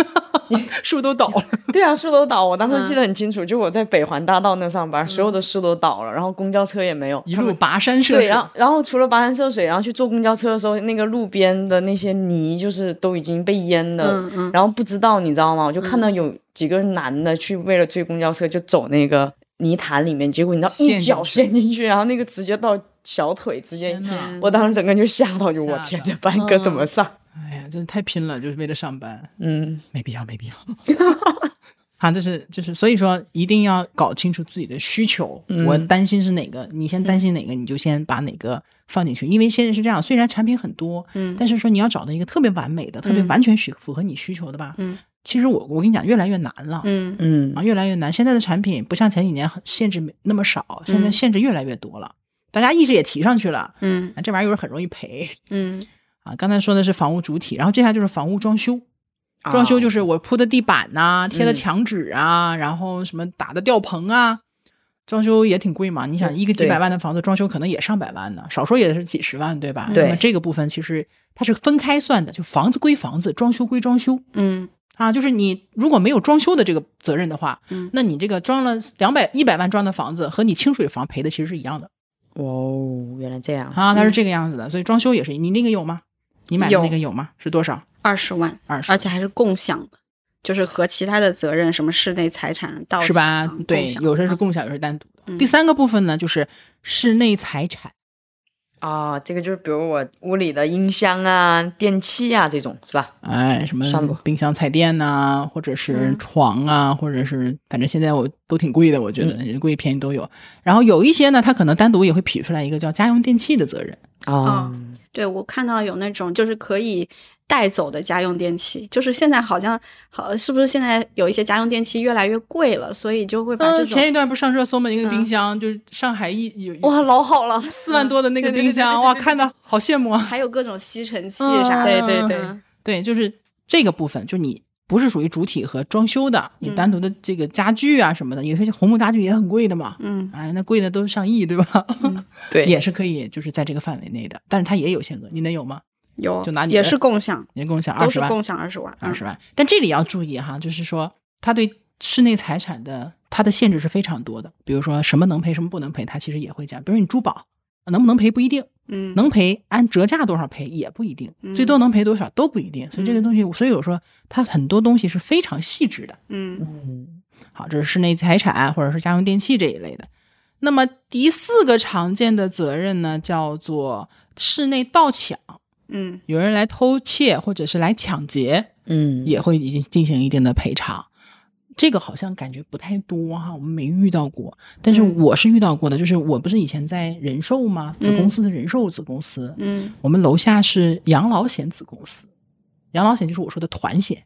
S1: 树都倒 了。
S2: 对啊，树都倒，我当时记得很清楚，就我在北环大道那上班，所有的树都倒了，然后公交车也没有，
S1: 一
S2: 他
S1: 路
S2: 们
S1: 跋山涉
S2: 对，
S1: 水
S3: 啊
S2: 然后然后除了跋山涉水，然后去坐公交车的时候，那个路边的那些泥就是都已经被淹了，
S3: 嗯嗯
S2: 然后不知道你知道吗？我就看到有几个男的去为了追公交车就走那个泥潭里面，结果你知道
S1: 陷
S2: 一
S1: 进
S2: 脚
S1: 去
S2: 陷进去，然后那个直接到小腿，直接
S1: 天，呐，
S2: 我当时整个就吓到，就我
S1: 吓
S2: 天，
S1: 到
S2: 这班哥怎么上？
S1: 哎呀，真的太拼了，就是为了上班，
S2: 嗯，
S1: 没必要，没必要。啊，就是就是，所以说一定要搞清楚自己的需求。
S2: 嗯
S1: 我担心是哪个，你先担心哪个，你就先把哪个放进去。因为现在是这样，虽然产品很多，
S3: 嗯
S1: 但是说你要找到一个特别完美的、特别
S3: 嗯
S1: 完全需符合你需求的吧。
S3: 嗯，
S1: 其实我我跟你讲，越来越难了。
S3: 嗯
S2: 嗯
S1: 啊，越来越难。现在的产品不像前几年很限制没那么少，现在
S3: 嗯
S1: 限制越来越多了，大家意识也提上去了。
S3: 嗯
S1: 啊，这玩意儿有时候很容易赔
S3: 嗯
S1: 啊。刚才说的是房屋主体，然后接下来就是房屋装修。装修就是我铺的地板呐、贴的
S2: 哦嗯
S1: 墙纸啊，然后什么打的吊棚啊。装修也挺贵嘛，你想
S2: 嗯
S1: 一个几百
S2: 对
S1: 万的房子，装修可能也上百万呢，少说也是几十万，对吧？
S2: 对
S1: 那么这个部分其实它是分开算的，就房子归房子，装修归装修。
S3: 嗯
S1: 啊，就是你如果没有装修的这个责任的话，
S3: 嗯
S1: 那你这个装了两百一百万装的房子和你清水房赔的其实是一样的
S2: 哇哦，原来这样，
S1: 啊，它是这个样子的，所以装修也是，你那个有吗？你买的那个有吗？是多少？
S3: 二十万，
S1: 二十
S2: 啊
S3: 而且还是共享的，就是和其他的责任，什么室内财产盗窃
S1: 是吧
S3: 嗯？
S1: 对
S3: 共，享
S1: 有时候是
S3: 嗯
S1: 共享，有时候单独的。
S3: 嗯
S1: 第三个部分呢，就是室内财产，
S2: 啊，这个就是比如我屋里的音箱啊、电器啊这种是吧？
S1: 哎，什么
S2: 算不
S1: 冰箱、彩电呐、或者是
S3: 嗯
S1: 床啊，或者是反正现在我都挺贵的，我觉得贵便宜都有。然后有一些呢，它可能单独也会匹出来一个叫家用电器的责任。
S2: 啊，
S3: 对我看到有那种就是可以带走的家用电器，就是现在好像好是不是现在有一些家用电器越来越贵了，所以就会把
S1: 嗯，
S3: 这种
S1: 前一段不上热搜吗？一个
S3: 嗯
S1: 冰箱，就是上海一有
S2: 哇，老好了，
S1: 四万多的那个
S2: 对对
S1: 冰
S2: 对对
S1: 箱，
S2: 对
S1: 哇，
S2: 对对
S1: 看的好羡慕啊！
S3: 还有各种吸尘器
S1: 嗯
S3: 啥的，
S1: 对
S2: 对对
S3: 嗯
S1: 对，就是这个部分，就你不是属于主体和装修的，你
S3: 嗯
S1: 单独的这个家具啊什么的，有些红木家具也很贵的嘛，
S3: 嗯
S1: 哎，那贵的都上亿，对吧？
S2: 对
S1: 也是可以，就是在这个范围内的，但是它也有限额，你能有吗？
S3: 有
S1: 就拿你
S3: 也
S1: 的
S3: 是共享，
S1: 你共享二
S3: 都
S1: 十
S3: 是
S1: 万，
S3: 共嗯享二十万，
S1: 二十万。但这里要注意哈，就是说它对室内财产的它的限制是非常多的，比如说什么能赔，什么不能赔，它其实也会讲。比如你珠宝能不能赔不一定，
S3: 嗯，
S1: 能赔按折价多少赔也不一定，
S3: 嗯
S1: 最多能赔多少都不一定。所以这个
S3: 嗯
S1: 东西，所以我说它很多东西是非常细致的。
S3: 嗯
S2: 嗯，
S1: 好，这是室内财产或者是家用电器这一类的。那么第四个常见的责任呢，叫做室内盗抢，
S3: 嗯
S1: 有人来偷窃或者是来抢劫，
S2: 嗯，
S1: 也会已经进行一定的赔偿。这个好像感觉不太多哈，我们没遇到过，但是
S3: 嗯
S1: 我是遇到过的。就是我不是以前在人寿吗？子公
S3: 嗯
S1: 司的人寿子公司，
S3: 嗯
S1: 我们楼下是养老险子公司，养老险就是我说的团险，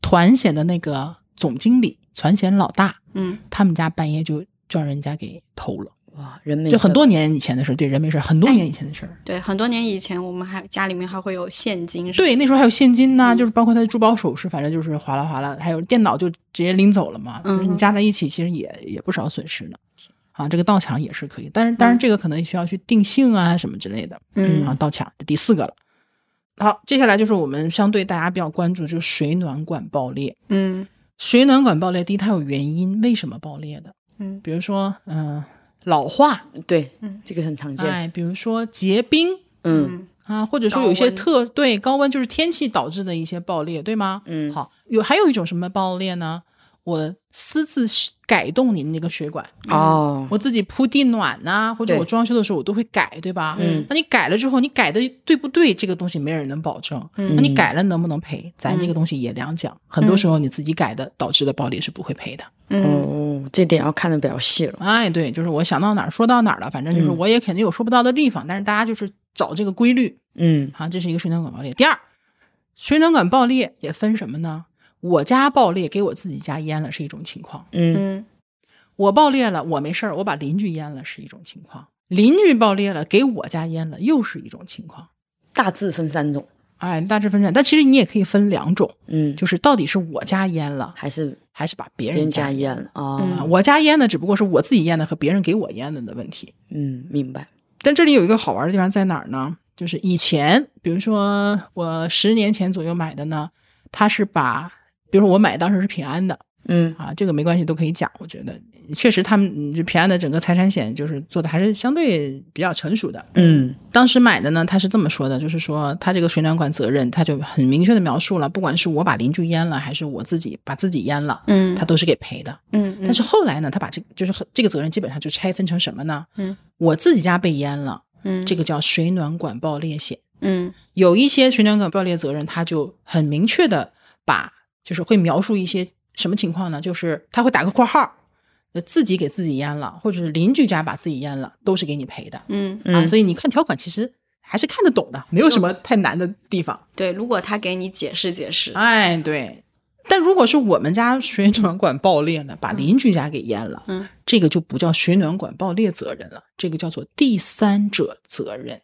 S1: 团险的那个总经理，团险老大，
S3: 嗯
S1: 他们家半夜就叫人家给偷了，
S2: 哇，人没
S1: 就很
S2: 事
S1: 多年以前的事儿，对，人没事儿，很多
S3: 哎
S1: 年以前的事儿。
S3: 对，很多年以前我们还家里面还会有现金，
S1: 对，，那时候还有现金呐、
S3: 嗯
S1: 就是包括他的珠宝首饰，反正就是哗啦哗啦，还有电脑就直接拎走了嘛。就是你
S3: 嗯
S1: 加在一起，其实也也不少损失呢。啊，这个盗抢也是可以，但是当然
S3: 嗯
S1: 这个可能需要去定性啊什么之类的。
S3: 嗯
S1: 啊，盗抢这第四个了。好，接下来就是我们相对大家比较关注，就是水暖管爆裂。
S3: 嗯
S1: 水暖管爆裂，第一它有原因，为什么爆裂的？
S3: 嗯
S1: 比如说，嗯、老化，
S2: 对
S3: 嗯，
S2: 这个很常见。
S1: 哎，比如说结冰
S2: 嗯
S1: 啊，或者说有一些
S3: 高温
S1: 特对高温就是天气导致的一些爆裂，对吗？
S2: 嗯，
S1: 好，有还有一种什么爆裂呢？我私自是改动你那个血管，
S2: 哦，
S1: 我自己铺地暖呐、或者
S2: 对
S1: 我装修的时候我都会改，对吧？
S2: 嗯
S1: 那你改了之后，你改的对不对？这个东西没人能保证。
S3: 嗯
S1: 那你改了能不能赔？咱
S2: 嗯
S1: 这个东西也两讲，很多
S3: 嗯
S1: 时候你自己改的导致的暴力是不会赔的。
S3: 嗯
S2: 哦，这点要看的比较细了。
S1: 哎，对，就是我想到哪儿说到哪儿了，反正就是
S2: 嗯
S1: 我也肯定有说不到的地方，但是大家就是找这个规律。
S2: 嗯，
S1: 啊好，这是一个水暖管爆裂。第二，水暖管爆裂也分什么呢？我家爆裂给我自己家淹了是一种情况，
S2: 嗯
S3: 嗯
S1: 我爆裂了我没事儿，我把邻居淹了是一种情况，邻居爆裂了给我家淹了又是一种情况。
S2: 大致分三种。
S1: 哎，大致分散，但其实你也可以分两种，
S2: 嗯，
S1: 就是到底是我家淹了，
S2: 还是
S1: 还是把别
S2: 别人
S1: 人
S2: 家
S1: 淹
S2: 淹了啊。
S3: 嗯
S1: 啊？我家淹的只不过是我自己淹的和别人给我淹的的问题。
S2: 嗯，明白。
S1: 但这里有一个好玩的地方在哪儿呢？就是以前，比如说我十年前左右买的呢，它是把，比如说我买当时是平安的
S2: 嗯
S1: 啊，这个没关系，都可以讲。我觉得确实他们嗯就平安的整个财产险就是做的还是相对比较成熟的。
S2: 嗯
S1: 当时买的呢，他是这么说的，就是说他这个水暖管责任，他就很明确的描述了，不管是我把邻居淹了，还是我自己把自己淹了，
S3: 嗯
S1: 他都是给赔的。
S3: 嗯，
S1: 但是后来呢，他把这就是很这个责任基本上就拆分成什么呢？
S3: 嗯，
S1: 我自己家被淹了，
S3: 嗯
S1: 这个叫水暖管爆裂险。
S3: 嗯
S1: 有一些水暖管爆裂责任，他就很明确的把就是会描述一些什么情况呢？就是他会打个括号，呃自己给自己淹了，或者是邻居家把自己淹了，都是给你赔的。
S3: 嗯
S1: 啊，
S2: 嗯
S1: 所以你看条款其实还是看得懂的，没有什么太难的地方。
S3: 对，如果他给你解释解释，
S1: 哎，对。但如果是我们家水暖管爆裂呢，把邻居家给淹了，
S3: 嗯，
S1: 这个就不叫水暖管爆裂责任了，这个叫做第三者责任。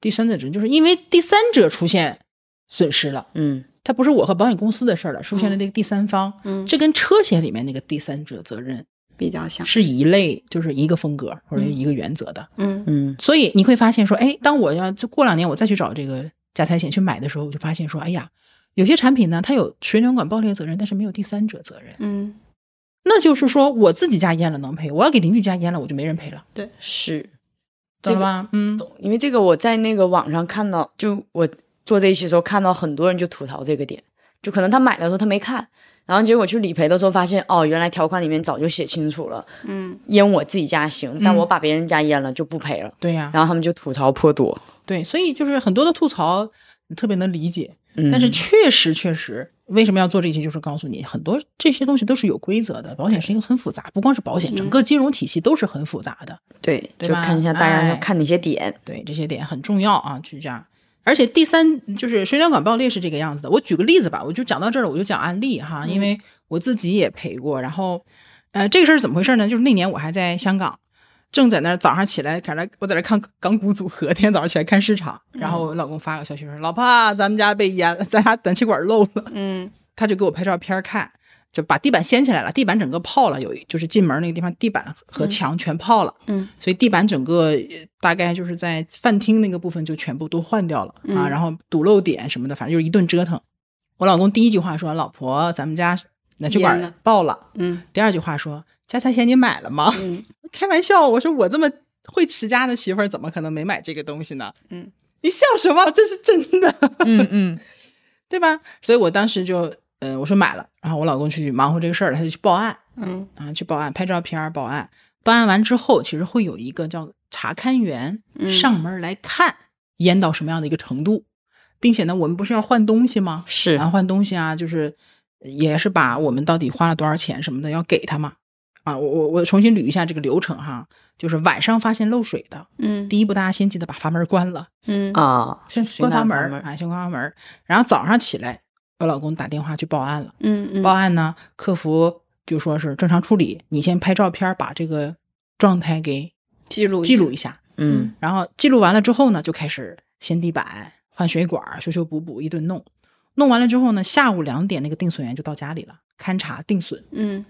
S1: 第三者责任就是因为第三者出现损失了，
S2: 嗯
S1: 它不是我和保险公司的事儿了，出现了
S3: 嗯
S1: 这个第三方，
S3: 嗯，
S1: 这跟车险里面那个第三者责任
S3: 比较像，
S1: 是一类，就是一个风格或者
S3: 嗯
S1: 一个原则的。
S3: 嗯
S2: 嗯
S1: 所以你会发现说，哎，当我要就过两年我再去找这个家财险去买的时候，我就发现说，哎呀，有些产品呢，它有水暖管爆裂责任，但是没有第三者责任。
S3: 嗯，
S1: 那就是说，我自己家淹了能赔，我要给邻居家淹了，我就没人赔了，
S2: 是。
S1: 懂了吧？嗯，
S2: 因为这个我在那个网上看到，就我做这一期的时候看到很多人就吐槽这个点，就可能他买的时候他没看，然后结果去理赔的时候发现，哦，原来条款里面早就写清楚了，
S3: 嗯
S2: 淹我自己家行，但
S1: 嗯
S2: 我把别人家淹了就不赔了，
S1: 对呀、
S2: 然后他们就吐槽颇多。
S1: 对，所以就是很多的吐槽，特别能理解，
S2: 嗯，
S1: 但是确实确实。为什么要做这些？就是告诉你，很多这些东西都是有规则的。保险是一个很复杂，不光是保险，整个金融体系都是很复杂的。
S2: 对，
S1: 对
S2: 就
S1: 吧
S2: 看一下大家
S1: 哎
S2: 要看哪些点。
S1: 对，这些点很重要啊，居家。而且第三就是水鸟管爆裂是这个样子的。我举个例子吧，我就讲到这儿了，我就讲案例哈，因为我自己也赔过。然后，呃，这个事儿怎么回事呢？就是那年我还在香港，正在那儿早上起来，赶着我在那儿看港股组合，天天早上起来看市场。然后我老公发个消息说：“老婆，咱们家被淹了，咱家短气管漏了。”
S3: 嗯
S1: 他就给我拍照片儿看，就把地板掀起来了，地板整个泡了，有一就是进门那个地方，地板和墙全泡了，
S3: 嗯，
S1: 所以地板整个呃大概就是在饭厅那个部分就全部都换掉了、啊，
S3: 嗯
S1: 然后堵漏点什么的，反正就是一顿折腾。我老公第一句话说：“老婆，咱们家暖气
S3: 淹
S1: 管
S3: 了
S1: 爆了。
S3: 嗯”
S1: 第二句话说：“家财险你买了吗？”
S3: 嗯
S1: 开玩笑，我说我这么会持家的媳妇儿，怎么可能没买这个东西呢？
S3: 嗯，
S1: 你笑什么？这是真的。
S2: 嗯嗯
S1: 对吧？所以我当时就，嗯、我说买了，然后我老公去忙活这个事儿了，他就去报案
S3: 嗯
S1: 啊，去报案，拍照片儿报案。报案完之后，其实会有一个叫查勘员
S3: 嗯
S1: 上门来看淹到什么样的一个程度，并且呢，我们不是要换东西吗？
S2: 是
S1: 然后换东西啊，就是也是把我们到底花了多少钱什么的要给他嘛。啊，我我我重新捋一下这个流程哈，就是晚上发现漏水的，
S3: 嗯
S1: 第一步大家先记得把阀门关了，
S3: 嗯
S2: 啊，
S1: 先
S2: 水
S1: 关阀
S2: 暖
S1: 门
S2: 阀
S1: 儿
S2: 门
S1: 啊，先关阀门儿。然后早上起来，我老公打电话去报案了，
S3: 嗯嗯
S1: 报案呢，客服就说是正常处理，你先拍照片儿把这个状态给
S3: 记录
S1: 记录一下，
S2: 嗯
S1: 然后记录完了之后呢，就开始掀地板、换水管儿、修修补补，一顿弄。弄完了之后呢，下午两点那个定损员就到家里了，勘察定损。
S3: 嗯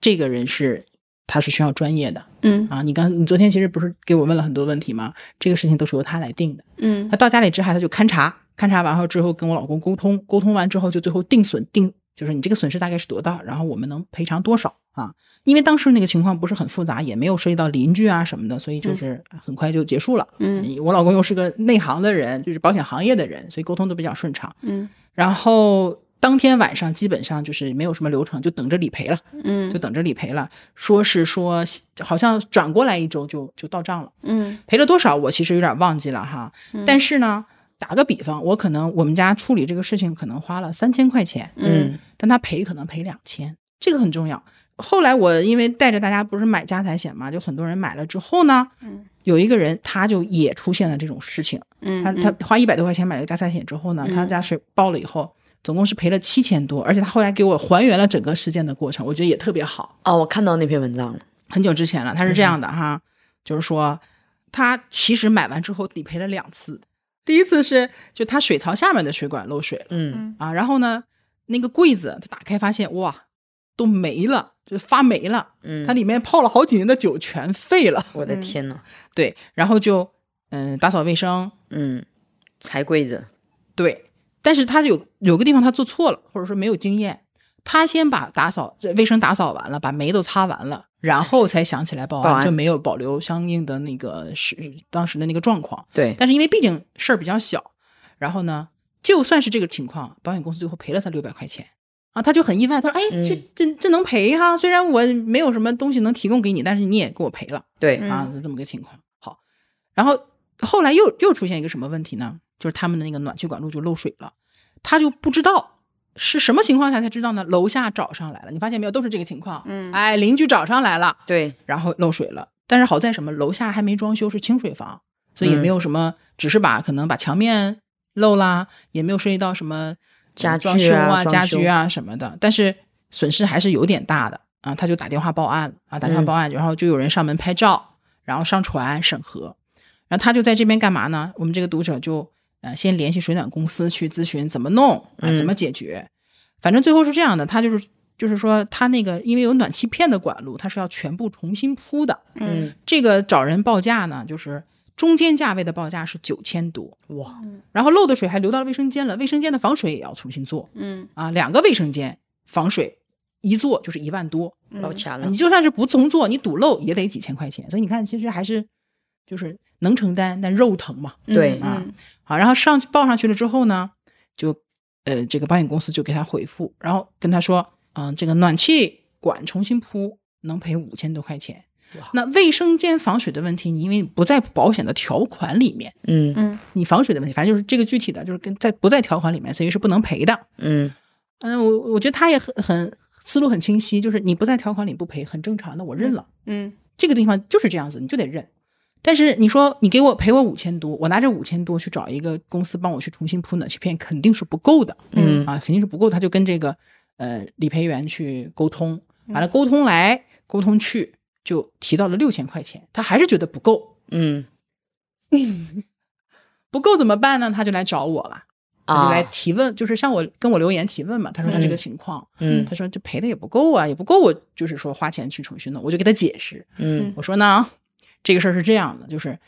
S1: 这个人是他是需要专业的
S3: 嗯
S1: 啊。你刚你昨天其实不是给我问了很多问题吗？这个事情都是由他来定的。
S3: 嗯
S1: 他到家里之后，他就勘察，勘察完后之后跟我老公沟通，沟通完之后就最后定损定，就是你这个损失大概是多大，然后我们能赔偿多少啊？因为当时那个情况不是很复杂，也没有涉及到邻居啊什么的，所以就是很快就结束了。
S3: 嗯
S1: 我老公又是个内行的人，就是保险行业的人，所以沟通都比较顺畅。
S3: 嗯
S1: 然后当天晚上基本上就是没有什么流程，就等着理赔了，
S3: 嗯
S1: 就等着理赔了。说是说好像转过来一周就就到账了。
S3: 嗯
S1: 赔了多少我其实有点忘记了哈。
S3: 嗯
S1: 但是呢，打个比方，我可能我们家处理这个事情可能花了三千块钱，
S3: 嗯
S1: 但他赔可能赔两千，这个很重要。后来我因为带着大家不是买家财险嘛，就很多人买了之后呢，
S3: 嗯
S1: 有一个人他就也出现了这种事情，
S3: 嗯
S1: 他他花一百多块钱买了个家财险之后呢，他
S3: 嗯
S1: 家是报了以后。总共是赔了七千多，而且他后来给我还原了整个事件的过程，我觉得也特别好。
S2: 哦，我看到那篇文章了，
S1: 很久之前了，他是这样的哈，就是说他其实买完之后理赔了两次，第一次是就他水槽下面的水管漏水了
S2: 嗯
S1: 啊，然后呢那个柜子他打开发现哇都没了，就发霉了，
S2: 嗯，
S1: 它里面泡了好几年的酒全废了，
S2: 我的天呐，
S1: 对，然后就嗯打扫卫生，
S2: 嗯，柴柜子，
S1: 对，但是他有有个地方他做错了，或者说没有经验，他先把打扫这卫生打扫完了，把霉都擦完了，然后才想起来报案，
S2: 报案
S1: 就没有保留相应的那个是当时的那个状况。
S2: 对，
S1: 但是因为毕竟事儿比较小，然后呢，就算是这个情况，保险公司最后赔了他六百块钱。啊，他就很意外，他说：“哎，这
S2: 嗯
S1: 这这能赔哈、虽然我没有什么东西能提供给你，但是你也给我赔了。”
S2: 对，
S3: 嗯
S1: 啊，是这么个情况。好，然后后来又又出现一个什么问题呢？就是他们的那个暖气管路就漏水了，他就不知道是什么情况下才知道呢？楼下找上来了，你发现没有，都是这个情况。
S3: 嗯
S1: 哎，邻居找上来了，
S2: 对，
S1: 然后漏水了，但是好在什么？楼下还没装修，是清水房，所以也没
S2: 嗯
S1: 有什么，只是把可能把墙面漏啦，也没有涉及到什么呃
S2: 家
S1: 装
S2: 具
S1: 修
S2: 啊
S1: 啊、
S2: 装
S1: 家
S2: 修
S1: 居啊什么的，但是损失还是有点大的啊。他就打电话报案了啊，打电话
S2: 嗯
S1: 报案，然后就有人上门拍照，然后上传审核，然后他就在这边干嘛呢？我们这个读者就呃先联系水暖公司去咨询怎么弄啊，
S2: 嗯
S1: 怎么解决。反正最后是这样的，他就是就是说他那个因为有暖气片的管路，它是要全部重新铺的。
S3: 嗯
S1: 这个找人报价呢，就是中间价位的报价是九千多，
S2: 哇，
S1: 然后漏的水还流到了卫生间了，卫生间的防水也要重新做
S3: 嗯
S1: 啊，两个卫生间防水一做就是一万多，
S3: 嗯
S1: 啊
S2: 老钱了
S1: 你，就算是不重做，你堵漏也得几千块钱，所以你看其实还是就是能承担，但肉疼嘛。
S2: 对
S1: 啊
S3: 嗯
S1: 好，然后上去报上去了之后呢，就呃这个保险公司就给他回复，然后跟他说，嗯、这个暖气管重新铺能赔五千多块钱
S2: 哇。
S1: 那卫生间防水的问题，你因为不在保险的条款里面，
S2: 嗯
S3: 嗯
S1: 你防水的问题，反正就是这个具体的，就是跟在不在条款里面，所以是不能赔的。
S2: 嗯
S1: 嗯，我我觉得他也很很思路很清晰，就是你不在条款里不赔，很正常的，我认了。
S3: 嗯
S1: 这个地方就是这样子，你就得认。但是你说你给我赔我五千多，我拿这五千多去找一个公司帮我去重新铺暖气片，肯定是不够的
S2: 嗯
S1: 啊，肯定是不够的。他就跟这个呃理赔员去沟通，完了沟通来沟通去，就提到了六千块钱，他还是觉得不够，
S2: 嗯
S1: 不够怎么办呢？他就来找我了，他就
S2: 啊，
S1: 来提问，就是向我跟我留言提问嘛。他说他这个
S2: 嗯
S1: 情况，
S2: 嗯
S1: 他说这赔的也不够啊，也不够我就是说花钱去重新弄，我就给他解释，
S2: 嗯
S1: 我说呢，这个事儿是这样的，就是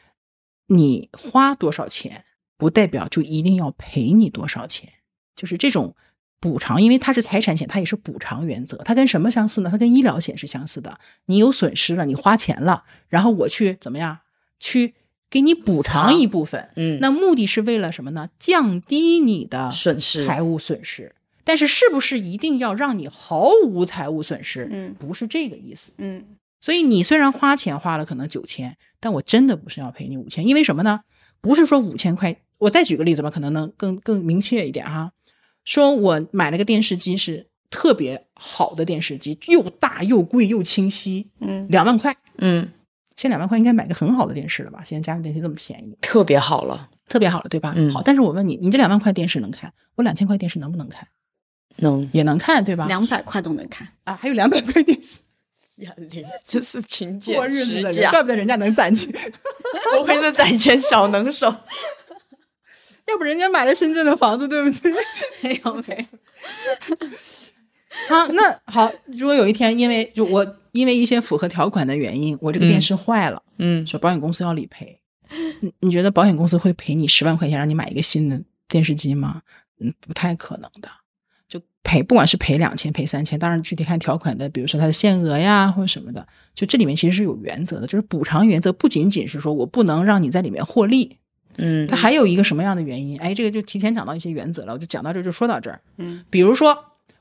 S1: 你花多少钱，不代表就一定要赔你多少钱，就是这种补偿，因为它是财产险，它也是补偿原则，它跟什么相似呢？它跟医疗险是相似的，你有损失了，你花钱了，然后我去怎么样，去给你补偿
S2: 偿
S1: 一部分，
S2: 嗯，
S1: 那目的是为了什么呢？降低你的
S2: 损失
S1: 财务损失。但是是不是一定要让你毫无财务损失？
S3: 嗯
S1: 不是这个意思。
S3: 嗯
S1: 所以你虽然花钱花了可能九千，但我真的不是要赔你五千，因为什么呢？不是说五千块，我再举个例子吧，可能能更更明确一点哈。说我买了个电视机是特别好的电视机，又大又贵又清晰，
S3: 嗯，
S1: 两万块，
S2: 嗯，
S1: 现在两万块应该买个很好的电视了吧？现在家用电器这么便宜，
S2: 特别好了，
S1: 特别好了，对吧？
S2: 嗯
S1: 好，但是我问你，你这两万块电视能看，我两千块电视能不能看？
S2: 能
S1: 也能看，对吧？
S3: 两百块都能看。
S1: 啊，还有两百块电视，
S2: 眼里这是勤俭
S1: 过日子的
S2: 持
S1: 人，
S2: 家，
S1: 怪不得人家能攒钱，
S2: 不愧是攒钱小能手。
S1: 要不人家买了深圳的房子，对不对？
S3: 没有没有，
S1: 好，那好，如果有一天因为就我因为一些符合条款的原因，我这个电视坏了，
S2: 嗯，
S1: 说保险公司要理赔，你你觉得保险公司会赔你十万块钱让你买一个新的电视机吗？嗯，不太可能的。就赔，不管是赔两千、赔三千，当然具体看条款的，比如说它的限额呀或者什么的，就这里面其实是有原则的，就是补偿原则不仅仅是说我不能让你在里面获利，
S2: 嗯
S1: 它还有一个什么样的原因？哎，这个就提前讲到一些原则了，我就讲到这儿，就说到这儿。
S3: 嗯，
S1: 比如说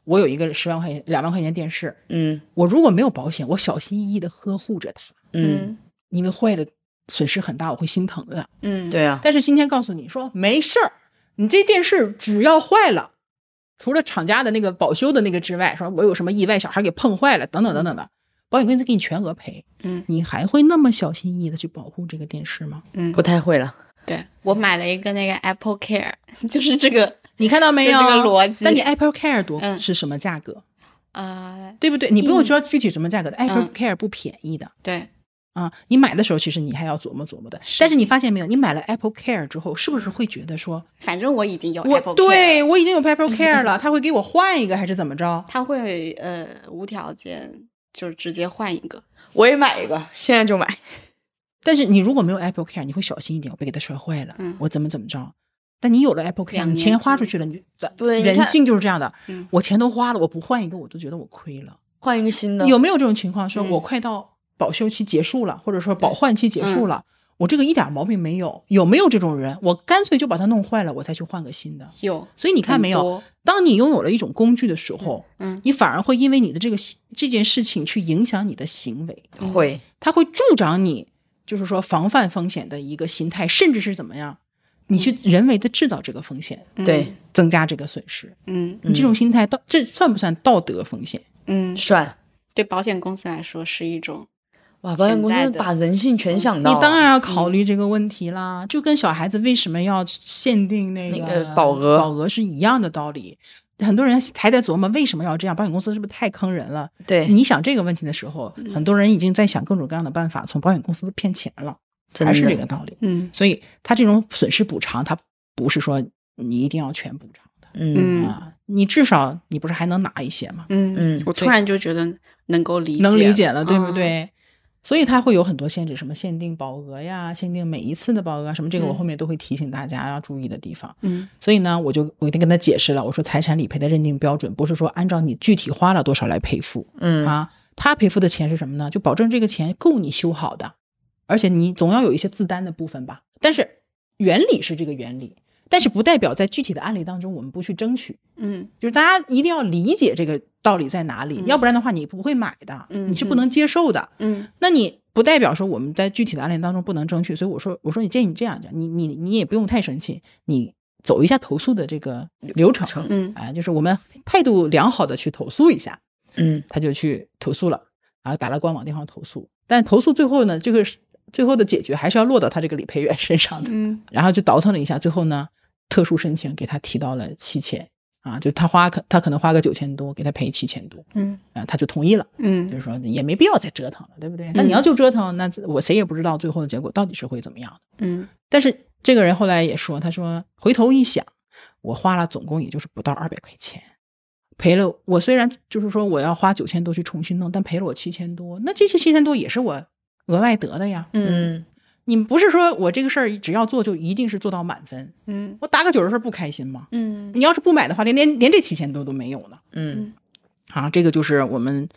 S1: 我有一个十万块钱、两万块钱电视，
S2: 嗯
S1: 我如果没有保险，我小心翼翼的呵护着它，
S2: 嗯，
S1: 因为坏了损失很大，我会心疼的。
S3: 嗯，
S2: 对啊，
S1: 但是今天告诉你说没事儿，你这电视只要坏了，除了厂家的那个保修的那个之外，说我有什么意外，小孩给碰坏了等等等等的，保险公司给你全额赔，
S3: 嗯
S1: 你还会那么小心翼翼的去保护这个电视吗？
S3: 嗯，
S2: 不太会了。
S3: 对我买了一个那个 Apple Care，就是 这 个
S1: 你看到没
S3: 就
S1: 有？
S3: 这个逻辑
S1: 但你 Apple Care 多、
S3: 嗯
S1: 是什么价格，
S3: 呃，
S1: 对不对？你不用说具体什么价格的、a p p l
S3: 嗯
S1: e Care 不便宜的。
S3: 对，
S1: 啊，你买的时候其实你还要琢磨琢磨的，
S3: 是
S1: 但是你发现没有，你买了 Apple Care 之后，是不是会觉得说，
S3: 反正我已经有
S1: 我
S3: 哦 Apple Care，
S1: 对我已 经有 Apple Care 了，他会给我换一个还是怎么着？
S3: 他会呃无条件就直接换一个。
S2: 我也买一个，现在就买。
S1: 但是你如果没有 Apple Care，你会小心一点，我被给它摔坏了，
S3: 嗯
S1: 我怎么怎么着？但你有了 Apple Care，
S3: 两
S1: 你
S3: 年
S1: 钱花
S3: 之
S1: 出去了，你就咋
S2: 对你
S1: 人
S2: 看
S1: 性就是这样的。
S3: 嗯
S1: 我钱都花了，我不换一个，我都觉得我亏了。
S2: 换一个新的，
S1: 有没有这种情况？说我
S3: 嗯
S1: 快到保修期结束了，或者说保换期结
S3: 嗯
S1: 束了，我这个一点毛病没有，有没有这种人？我干脆就把它弄坏了，我再去换个新的。
S3: 有，
S1: 所以你看
S3: 很
S1: 没有
S3: 多，
S1: 当你拥有了一种工具的时候，
S3: 嗯
S1: 你反而会因为你的这个这件事情去影响你的行为。
S2: 会？
S1: 它会助长你，就是说防范风险的一个心态，甚至是怎么样，你去人为的制造这个风险，
S2: 对，
S1: 增加这个损失。
S3: 嗯
S1: 你这种心态到这算不算道德风险？
S3: 嗯，
S2: 算
S3: 对保险公司来说是一种，
S2: 哇，保险公
S3: 潜在
S2: 司
S3: 的
S2: 把人性全想
S1: 你
S2: 到啊，
S1: 当然要考虑这个问题啦，就跟小孩子为什么要限定那个
S2: 那个保额
S1: 保额是一样的道理。很多人还在琢磨为什么要这样，保险公司是不是太坑人了？
S2: 对，
S1: 你想这个问题的时候，很多人已经在想各种各样的办法从保险公司骗钱了，
S2: 真
S1: 还是这
S2: 的
S1: 个道理。
S3: 嗯
S1: 所以它这种损失补偿，它不是说你一定要全补偿的、
S3: 嗯
S2: 嗯
S1: 啊，你至少你不是还能拿一些吗？
S3: 嗯
S2: 嗯
S3: 我突然就觉得能够理解，
S1: 能理解了，对不
S3: 嗯？
S1: 对？所以它会有很多限制，什么限定保额呀，限定每一次的保额啊，什么这个我
S3: 嗯
S1: 后面都会提醒大家要注意的地方。
S3: 嗯
S1: 所以呢，我就我已经跟他解释了，我说财产理赔的认定标准不是说按照你具体花了多少来赔付，
S2: 嗯
S1: 啊，他赔付的钱是什么呢？就保证这个钱够你修好的，而且你总要有一些自担的部分吧。但是原理是这个原理，但是不代表在具体的案例当中我们不去争取。
S3: 嗯
S1: 就是大家一定要理解这个道理在哪里，
S3: 嗯
S1: 要不然的话你不会买的，
S3: 嗯
S1: 你是不能接受的。
S3: 嗯
S1: 那你不代表说我们在具体的案例当中不能争取，所以我说我说你建议你这样讲，你你你也不用太生气，你走一下投诉的这个流程
S2: 程
S3: 嗯
S1: 啊，就是我们态度良好的去投诉一下，
S2: 嗯
S1: 他就去投诉了，然后打了官网电话投诉。但投诉最后呢，这个是最后的解决还是要落到他这个理赔员身上的。
S3: 嗯
S1: 然后就倒腾了一下，最后呢，特殊申请给他提到了七千啊，就他花可他可能花个九千多，给他赔七千多
S3: 嗯
S1: 啊，他就同意了，就
S3: 嗯
S1: 是说也没必要再折腾了，对不对？那你要就折腾，那我谁也不知道最后的结果到底是会怎么样的。
S3: 嗯
S1: 但是这个人后来也说，他说回头一想，我花了总共也就是不到二百块钱，赔了我虽然就是说我要花九千多去重新弄，但赔了我七千多，那这些七千多也是我额外得的呀。
S3: 嗯
S2: 嗯
S1: 你们不是说我这个事儿只要做就一定是做到满分，
S3: 嗯
S1: 我打个九十分不开心吗？
S3: 嗯
S1: 你要是不买的话，连连连这七千多都没有呢。
S2: 嗯
S1: 啊，这个就是我们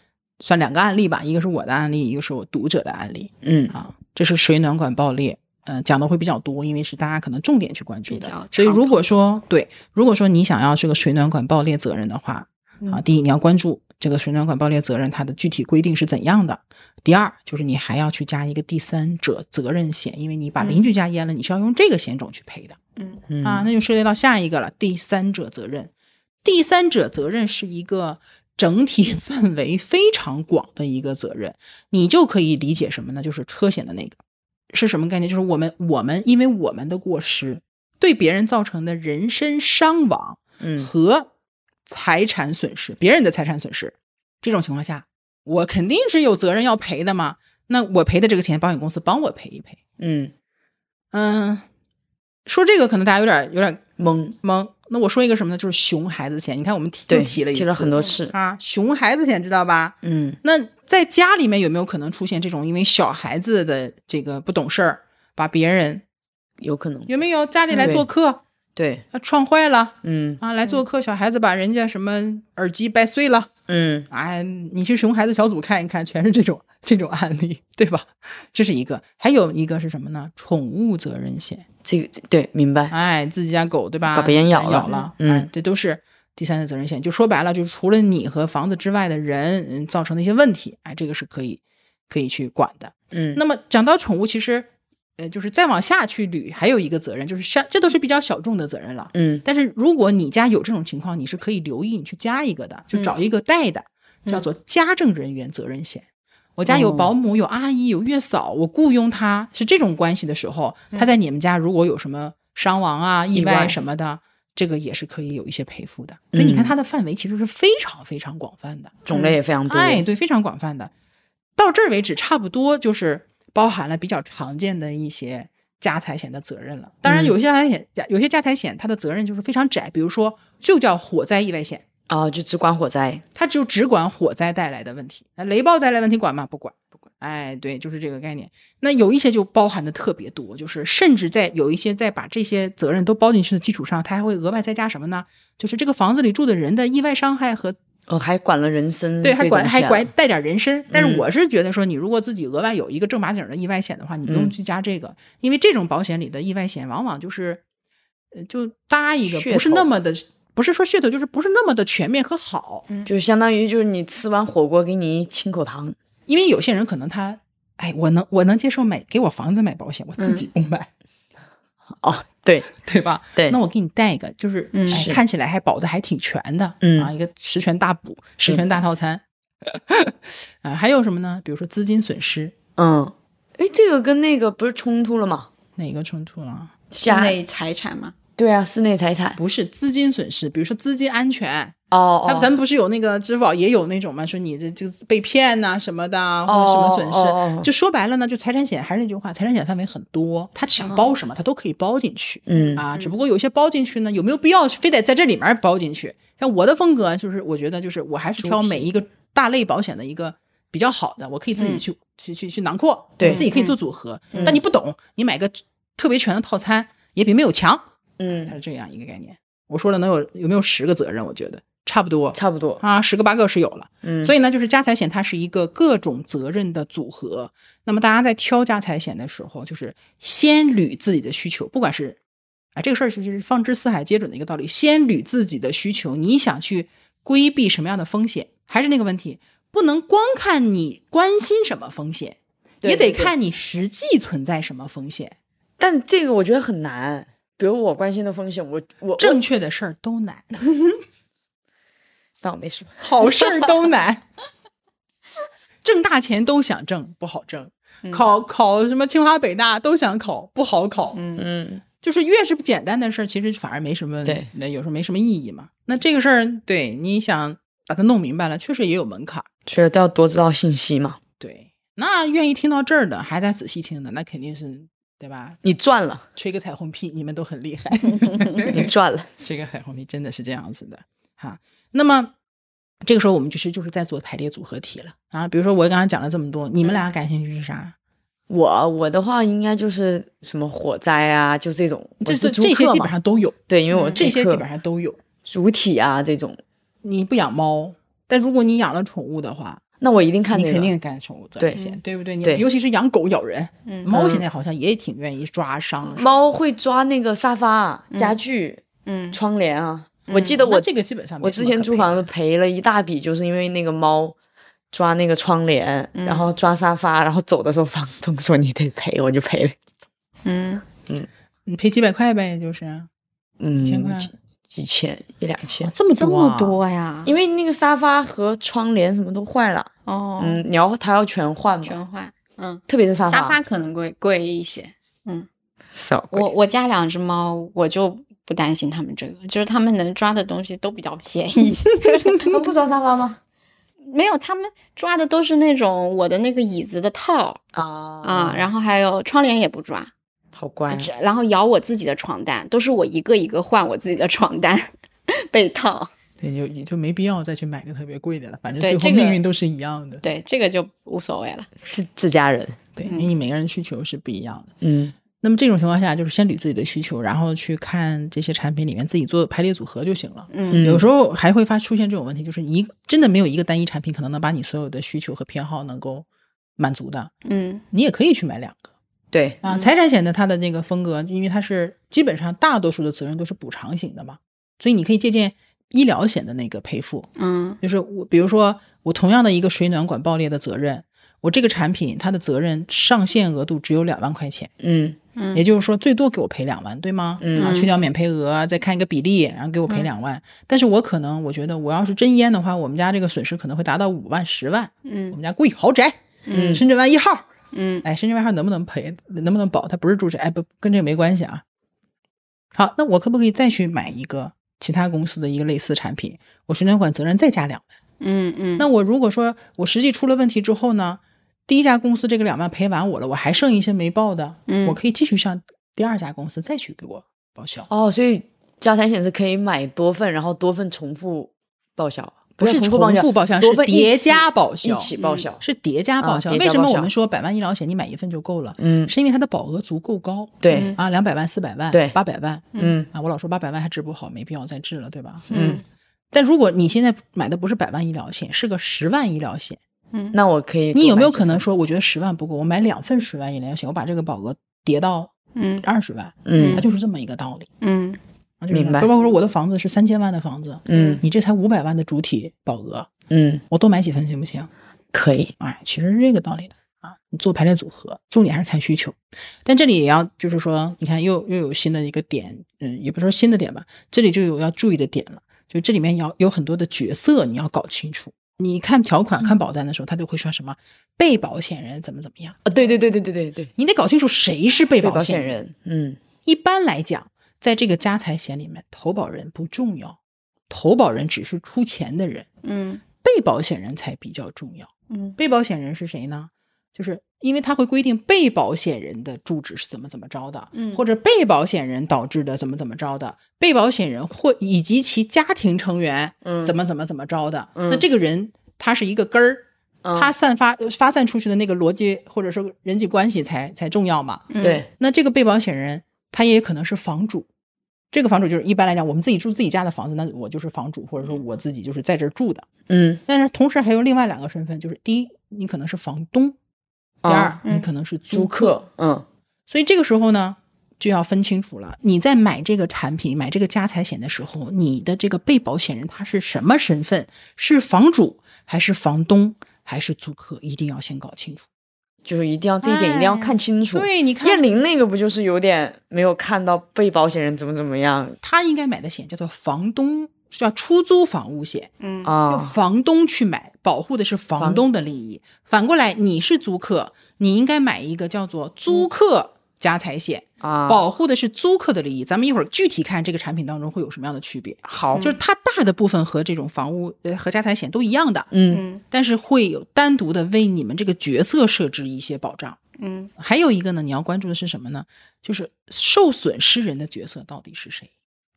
S1: 算两个案例吧，一个是我的案例，一个是我读者的案例。
S2: 嗯
S1: 啊，这是水暖管爆裂，呃，讲的会比较多，因为是大家可能重点去关注
S3: 比较
S1: 的。所以
S3: 常
S1: 如果说对，如果说你想要这个水暖管爆裂责任的话，啊，
S3: 嗯
S1: 第一你要关注这个水暖管爆裂责任它的具体规定是怎样的，第二就是你还要去加一个第三者责任险，因为你把邻居家淹了，你是要用这个险种去赔的。
S3: 嗯
S2: 嗯
S1: 啊啊，那就涉及到下一个了，第三者责任。第三者责任是一个整体 范围非常广的一个责任，你就可以理解什么呢？就是车险的那个是什么概念？就是我们我们因为我们的过失对别人造成的人身伤亡
S2: 嗯
S1: 和财产损失，别人的财产损失，这种情况下，我肯定是有责任要赔的嘛。那我赔的这个钱，保险公司帮我赔一赔。
S2: 嗯，
S1: 嗯，说这个可能大家有点有点
S2: 懵，
S1: 懵。那我说一个什么呢？就是熊孩子险。你看我们提
S2: 对，
S1: 又提了一次，
S2: 提了很多次，
S1: 啊，熊孩子险知道吧？
S2: 嗯
S1: 那在家里面有没有可能出现这种因为小孩子的这个不懂事儿，把别人
S2: 有可能，
S1: 有没有家里来
S2: 嗯对
S1: 做客，
S2: 对，
S1: 啊撞坏了
S2: 嗯
S1: 啊，来做客，小孩子把人家什么耳机掰碎了，
S2: 嗯
S1: 哎，你去熊孩子小组看一看，全是这种这种案例，对吧？这是一个，还有一个是什么呢？宠物责任险，
S2: 这个对，明白，
S1: 哎，自己家狗对吧？
S2: 把别人咬
S1: 咬
S2: 了嗯
S1: 哎，这都是第三者责任险。就说白了，就是除了你和房子之外的人嗯造成的一些问题，哎，这个是可以可以去管的。
S2: 嗯，
S1: 那么讲到宠物，其实呃，就是再往下去捋，还有一个责任，就是像这都是比较小众的责任了。
S2: 嗯
S1: 但是如果你家有这种情况，你是可以留意你去加一个的，就找一个带的，叫做家政人员责任险。我家有
S2: 嗯哦
S1: 保姆、有阿姨、有月嫂，我雇佣她是这种关系的时候，她在你们家如果有什么伤亡啊、意
S2: 嗯意外
S1: 外什么的，这个也是可以有一些赔付的。所以你看，
S2: 嗯
S1: 它的范围其实是非常非常广泛的。
S2: 种类也非常多，
S1: 哎，对，非常广泛的。到这儿为止，差不多就是包含了比较常见的一些家财险的责任了。当然，
S2: 嗯
S1: 有些家财险、家有些家财险它的责任就是非常窄，比如说就叫火灾意外险，
S2: 啊，就只管火灾，
S1: 它就只管火灾带来的问题，那雷暴带来问题管吗？不管，不管。哎，对，就是这个概念。那有一些就包含的特别多，就是甚至在有一些在把这些责任都包进去的基础上，它还会额外再加什么呢？就是这个房子里住的人的意外伤害和
S2: 哦，还管了人身
S1: 对，
S2: 这种险
S1: 还管
S2: 啊，
S1: 还管带点人身。但是
S2: 嗯
S1: 我是觉得说，你如果自己额外有一个正儿八经的意外险的话，你不用
S2: 嗯
S1: 去加这个，因为这种保险里的意外险往往就是，呃，就搭一个
S2: 噱
S1: 不是那
S2: 头
S1: 么的，不是说噱头，就是不是那么的全面和好。
S2: 就相当于就是你吃完火锅给你清口糖，
S1: 因为有些人可能他，哎，我能我能接受买给我房子买保险，我自
S3: 嗯
S1: 己不买，
S2: 哦，对
S1: 对吧？
S2: 对，
S1: 那我给你带一个，就是、
S3: 嗯
S1: 哎
S2: 是
S1: 看起来还保的还挺全的，
S2: 嗯
S1: 啊，一个十全大补、十全大套餐。 啊，还有什么呢？比如说资金损失，
S2: 嗯，哎，这个跟那个不是冲突了吗？
S1: 哪个冲突了？
S3: 室
S2: 家
S3: 内财产嘛，
S2: 对啊，室内财产
S1: 不是资金损失，比如说资金安全，
S2: 哦，
S1: 他
S2: 哦
S1: 咱们不是有那个支付宝也有那种嘛，说你这这被骗呐、什么的，啊或者什么损失，
S2: 哦哦哦
S1: 就说白了呢，就财产险还是那句话，财产险范围很多，他想包什么他都可以包进去、
S2: 嗯
S1: 啊，只不过有些包进去呢，有没有必要非得在这里面包进去？像我的风格就是，我觉得就是我还是挑每一个大类保险的一个。比较好的，我可以自己去、去去去囊括，
S2: 嗯对嗯
S1: 你自己可以做组合。但你不懂，你买个特别全的套餐也比没有强，它
S2: 嗯，
S1: 是这样一个概念。我说了能有有没有十个责任？我觉得差不多
S2: 差不多，
S1: 啊，十个八个是有了。
S2: 嗯，
S1: 所
S2: 以
S1: 以呢，就是家财险它是一个各种责任的组合。那么大家在挑家财险的时候，就是先捋自己的需求，不管是啊这个事儿其实是放之四海皆准的一个道理，先捋自己的需求，你想去规避什么样的风险？还是那个问题，不能光看你关心什么风险，
S2: 对
S1: 也
S2: 对
S1: 得
S2: 对
S1: 看你实际存在什么风险。
S2: 但这个我觉得很难，比如我关心的风险，我我我
S1: 正确的事儿都难，
S2: 倒没说，
S1: 好事儿都难。挣大钱都想挣，不好挣；
S3: 嗯
S1: 考考什么清华北大都想考，不好考。
S3: 嗯，
S2: 嗯，
S1: 就是越是不简单的事儿，其实反而没什么，
S2: 对，
S1: 那有时候没什么意义嘛。那这个事儿，对，你想把它弄明白了，确实也有门槛儿。
S2: 所以都要多知道信息嘛，
S1: 对，那愿意听到这儿的，还在仔细听的，那肯定是对吧？
S2: 你赚了，
S1: 吹个彩虹屁，你们都很厉 害。
S2: 你赚了，
S1: 这个彩虹屁真的是这样子的哈。那么这个时候我们其实就是在做排列组合题了啊。比如说我刚刚讲了这么多，你们俩感兴趣是啥？
S2: 我我的话应该就是什么火灾啊，就这种，我
S1: 这
S2: 是
S1: 这
S2: 租
S1: 些
S2: 客
S1: 基
S2: 嘛
S1: 本上都有，
S2: 对，因为我
S3: 嗯
S1: 这些基本
S2: 上
S1: 上都有。
S2: 主体啊这种，
S1: 你不养猫，但如果你养了宠物的话，
S2: 那我一定看
S1: 你
S2: 那
S1: 肯
S2: 个，
S1: 定干宠物责任险，对不对？你
S2: 对
S1: 尤其是养狗咬人，
S3: 嗯
S1: 猫现在好像也挺愿意抓伤。
S2: 猫会抓那个沙发啊、家具、
S3: 嗯
S2: 窗帘
S3: 嗯
S2: 啊。我记得
S1: 那
S2: 我
S1: 这个基本上没
S2: 我
S1: 什么
S2: 之前
S1: 可
S2: 租
S1: 赔
S2: 房
S1: 的
S2: 子赔了一大笔，就是因为那个猫抓那个窗帘，
S3: 嗯
S2: 然后抓沙发，然后走的时候房东说你得赔，我就赔了，
S3: 嗯
S1: 你赔几百块呗，就是
S2: 嗯，
S1: 几千块，
S2: 几几千一两千
S1: 哇，这么
S3: 这
S1: 多、
S3: 么
S1: 啊，
S3: 多呀？
S2: 因为那个沙发和窗帘什么都坏了，
S3: 哦，
S2: 嗯，你要他要全换嘛，
S3: 全换，嗯，
S2: 特别是沙发，
S3: 沙发可能贵贵一些。
S2: 少贵
S3: 我我家两只猫，我就不担心它们这个，就是它们能抓的东西都比较便 宜。
S2: 哦他不装沙发吗？
S3: 没有，它们抓的都是那种我的那个椅子的套
S2: 啊
S1: 哦
S3: 啊，然后还有窗帘也不抓，
S2: 好
S1: 嗯
S2: 乖啊，
S3: 只然后咬我自己的床单，都是我一个一个换我自己的床单 被套。
S1: 对，就也就没必要再去买个特别贵的了，反正
S3: 对
S1: 最后
S3: 这个
S1: 命运都是一样的。
S3: 对，这个就无所谓了。
S2: 是自家人，
S1: 对，因为你每个人需求是不一样的。
S2: 嗯，
S1: 那么这种情况下，就是先捋自己的需求，然后去看这些产品里面自己做排列组合就行了。
S3: 嗯
S1: 有时候还会发出现这种问题，就是一个真的没有一个单一产品可能能把你所有的需求和偏好能够满足的，
S3: 嗯
S1: 你也可以去买两个
S2: 对，
S1: 啊。财产险的它的那个风格，因为它是基本上大多数的责任都是补偿型的嘛，所以你可以借鉴医疗险的那个赔付，
S3: 嗯
S1: 就是我，比如说我同样的一个水暖管爆裂的责任，我这个产品它的责任上限额度只有两万块钱，
S2: 嗯
S3: 嗯
S1: 也就是说最多给我赔两万，对吗？啊
S2: 嗯
S1: 然后去掉免赔额，再看一个比例，然后给我赔两万。但是我可能我觉得我要是真淹的话，我们家这个损失可能会达到五万、十万。我
S3: 嗯
S1: 们家贵豪宅，
S2: 嗯
S1: 深圳湾一号，
S3: 嗯
S1: 哎，深圳湾一号能不能赔，能不能保？它不是住宅，哎，不跟这个没关系啊。好，那我可不可以再去买一个其他公司的一个类似产品？我水暖管责任再加两万？
S3: 嗯嗯，
S1: 那我如果说我实际出了问题之后呢，第一家公司这个两万赔完我了，我还剩一些没报的，
S3: 嗯
S1: 我可以继续向第二家公司再去给我报销，
S2: 哦，所以家财险是可以买多份，然后多份重复报销，啊
S1: 不是
S2: 是重
S1: 重
S2: 报销，
S1: 复报销
S2: 多
S1: 是
S2: 份一
S1: 叠
S2: 起
S1: 加报销
S2: 一起报销，
S1: 是叠加报
S2: 啊
S1: 销。
S2: 叠加
S1: 为什么
S2: 报销
S1: 我们说百万医疗险你买一份就够了？
S2: 嗯，
S1: 是因为它的保额足够高，
S2: 对，
S1: 啊，两百万、四百万、
S2: 对
S1: 八百万
S2: 嗯
S1: 啊，我老说八百万还治不好，没必要再治了，对吧？
S2: 嗯，
S1: 但如果你现在买的不是百万医疗险，是个十万医疗险，
S3: 嗯
S2: 那我可以，
S1: 你有没有可能？说，我觉得十万不够，我买两份十万医疗险，我把这个保额叠到
S3: 嗯
S1: 二十万，它
S2: 嗯
S1: 就是这么一个道理。
S3: 嗯
S1: 啊就是
S2: 明白
S1: 包括说我的房子是三千万的房子，
S2: 嗯
S1: 你这才五百万的主体保额，
S2: 嗯，
S1: 我多买几份行不行？
S2: 可以，
S1: 哎，其实是这个道理的啊。你做排列组合，重点还是看需求。但这里也要就是说，你看又又有新的一个点，嗯，也不是说新的点吧，这里就有要注意的点了。就这里面要有很多的角色你要搞清楚。你看条款、看保单的时候，他就会说什么被保险人怎么怎么样。
S2: 啊，对对对对对对对，
S1: 你得搞清楚谁是被
S2: 被
S1: 保
S2: 保
S1: 险
S2: 险
S1: 人。
S2: 人，嗯
S1: 一般来讲，在这个家财险里面，投保人不重要，投保人只是出钱的人，
S3: 嗯
S1: 被保险人才比较重要。
S3: 嗯
S1: 被保险人是谁呢？就是因为他会规定被保险人的住址是怎么怎么着的，
S3: 嗯
S1: 或者被保险人导致的怎么怎么着的，被保险人或以及其家庭成员
S2: 嗯
S1: 怎么怎么怎么着的。
S2: 嗯
S1: 那这个人他是一个根儿，
S2: 嗯
S1: 他散发呃发散出去的那个逻辑或者说人际关系才才重要嘛。
S2: 对，
S1: 那这个被保险人他也可能是房主，这个房主就是一般来讲我们自己住自己家的房子，那我就是房主，或者说我自己就是在这儿住的。
S2: 嗯，
S1: 但是同时还有另外两个身份，就是第一，你可能是房东；第二，
S2: 啊
S3: 嗯
S1: 你可能是租
S2: 租客，嗯
S1: 所以这个时候呢，就要分清楚了，你在买这个产品、买这个家财险的时候，你的这个被保险人他是什么身份？是房主还是房东还是租客？一定要先搞清楚。
S2: 就是一定要这一点一定要
S3: 哎
S2: 看清楚。
S1: 对，你
S2: 燕
S1: 看
S2: 玲那个不就是有点没有看到被保险人怎么怎么样
S1: 他应该买的险叫做房东，叫出租房屋险。
S3: 嗯
S1: 要
S2: 啊？
S1: 房东去买，保护的是房东的利益。反过来，你是租客，你应该买一个叫做租客家财险，
S2: 啊，
S1: 保护的是租客的利益。咱们一会儿具体看这个产品当中会有什么样的区别。
S2: 好，
S1: 就是它大的部分和这种房屋呃和家财险都一样的，
S2: 嗯
S3: 嗯
S1: 但是会有单独的为你们这个角色设置一些保障。
S3: 嗯
S1: 还有一个呢，你要关注的是什么呢？就是受损失人的角色到底是谁？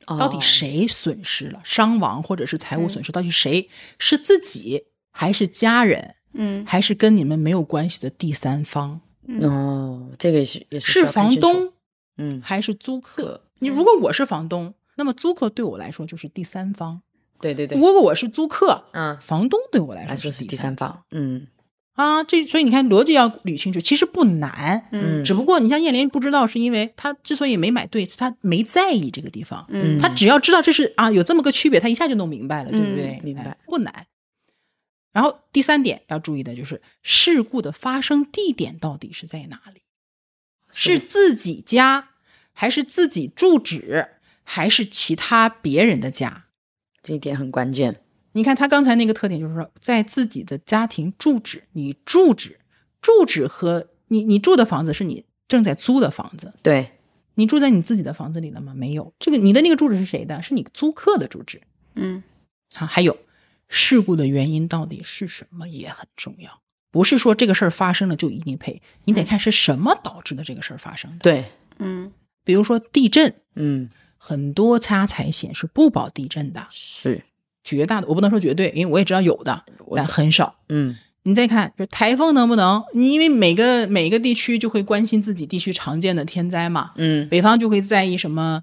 S1: 到底
S2: 哦
S1: 谁损失了伤亡或者是财务损失？到底谁是自己还是家人，
S3: 嗯
S1: 还是跟你们没有关系的第三方？
S2: 哦，这个也是也是
S1: 嗯是
S2: 需要看
S1: 房
S2: 清楚，
S1: 东
S2: 嗯，
S1: 还是租客？你如果我是房东，那么租客对我来说就是第三方；
S2: 对对对
S1: 如，果我是租客，
S2: 嗯，
S1: 房东对我来
S2: 来
S1: 哎说
S2: 说
S1: 是
S2: 是
S1: 第
S2: 第
S1: 三
S2: 三
S1: 方
S2: 方，嗯
S1: 啊。这所以你看逻辑要捋清楚，其实不难。
S3: 嗯
S1: 只不过你像燕玲不知道，是因为她之所以没买对，是她没在意这个地方。
S3: 嗯
S1: 他只要知道这是啊有这么个区别，他一下就弄明白了，对不
S3: 嗯
S1: 对？
S2: 明白
S1: 哎不难。然后第三点要注意的就是事故的发生地点到底是在哪里？
S2: 是
S1: 是自己家，还是自己住址，还是其他别人的家。
S2: 这一点很关键。
S1: 你看他刚才那个特点，就是说在自己的家庭住址，你住址、住址和你你住的房子是你正在租的房子，
S2: 对，
S1: 你住在你自己的房子里了吗？没有，这个你的那个住址是谁的？是你租客的住址。
S3: 嗯
S1: 啊，还有事故的原因到底是什么也很重要，不是说这个事儿发生了就一定赔，你
S2: 嗯
S1: 得看是什么导致的这个事儿发生的。
S2: 对，
S3: 嗯
S1: 比如说地震，
S2: 嗯，
S1: 很多家财险是不保地震的，
S2: 是，
S1: 绝大的我不能说绝对，因为我也知道有的，
S2: 我
S1: 但很少。
S2: 嗯，
S1: 你再看，就是台风能不能？你因为每个每个地区就会关心自己地区常见的天灾嘛，
S2: 嗯，
S1: 北方就会在意什么？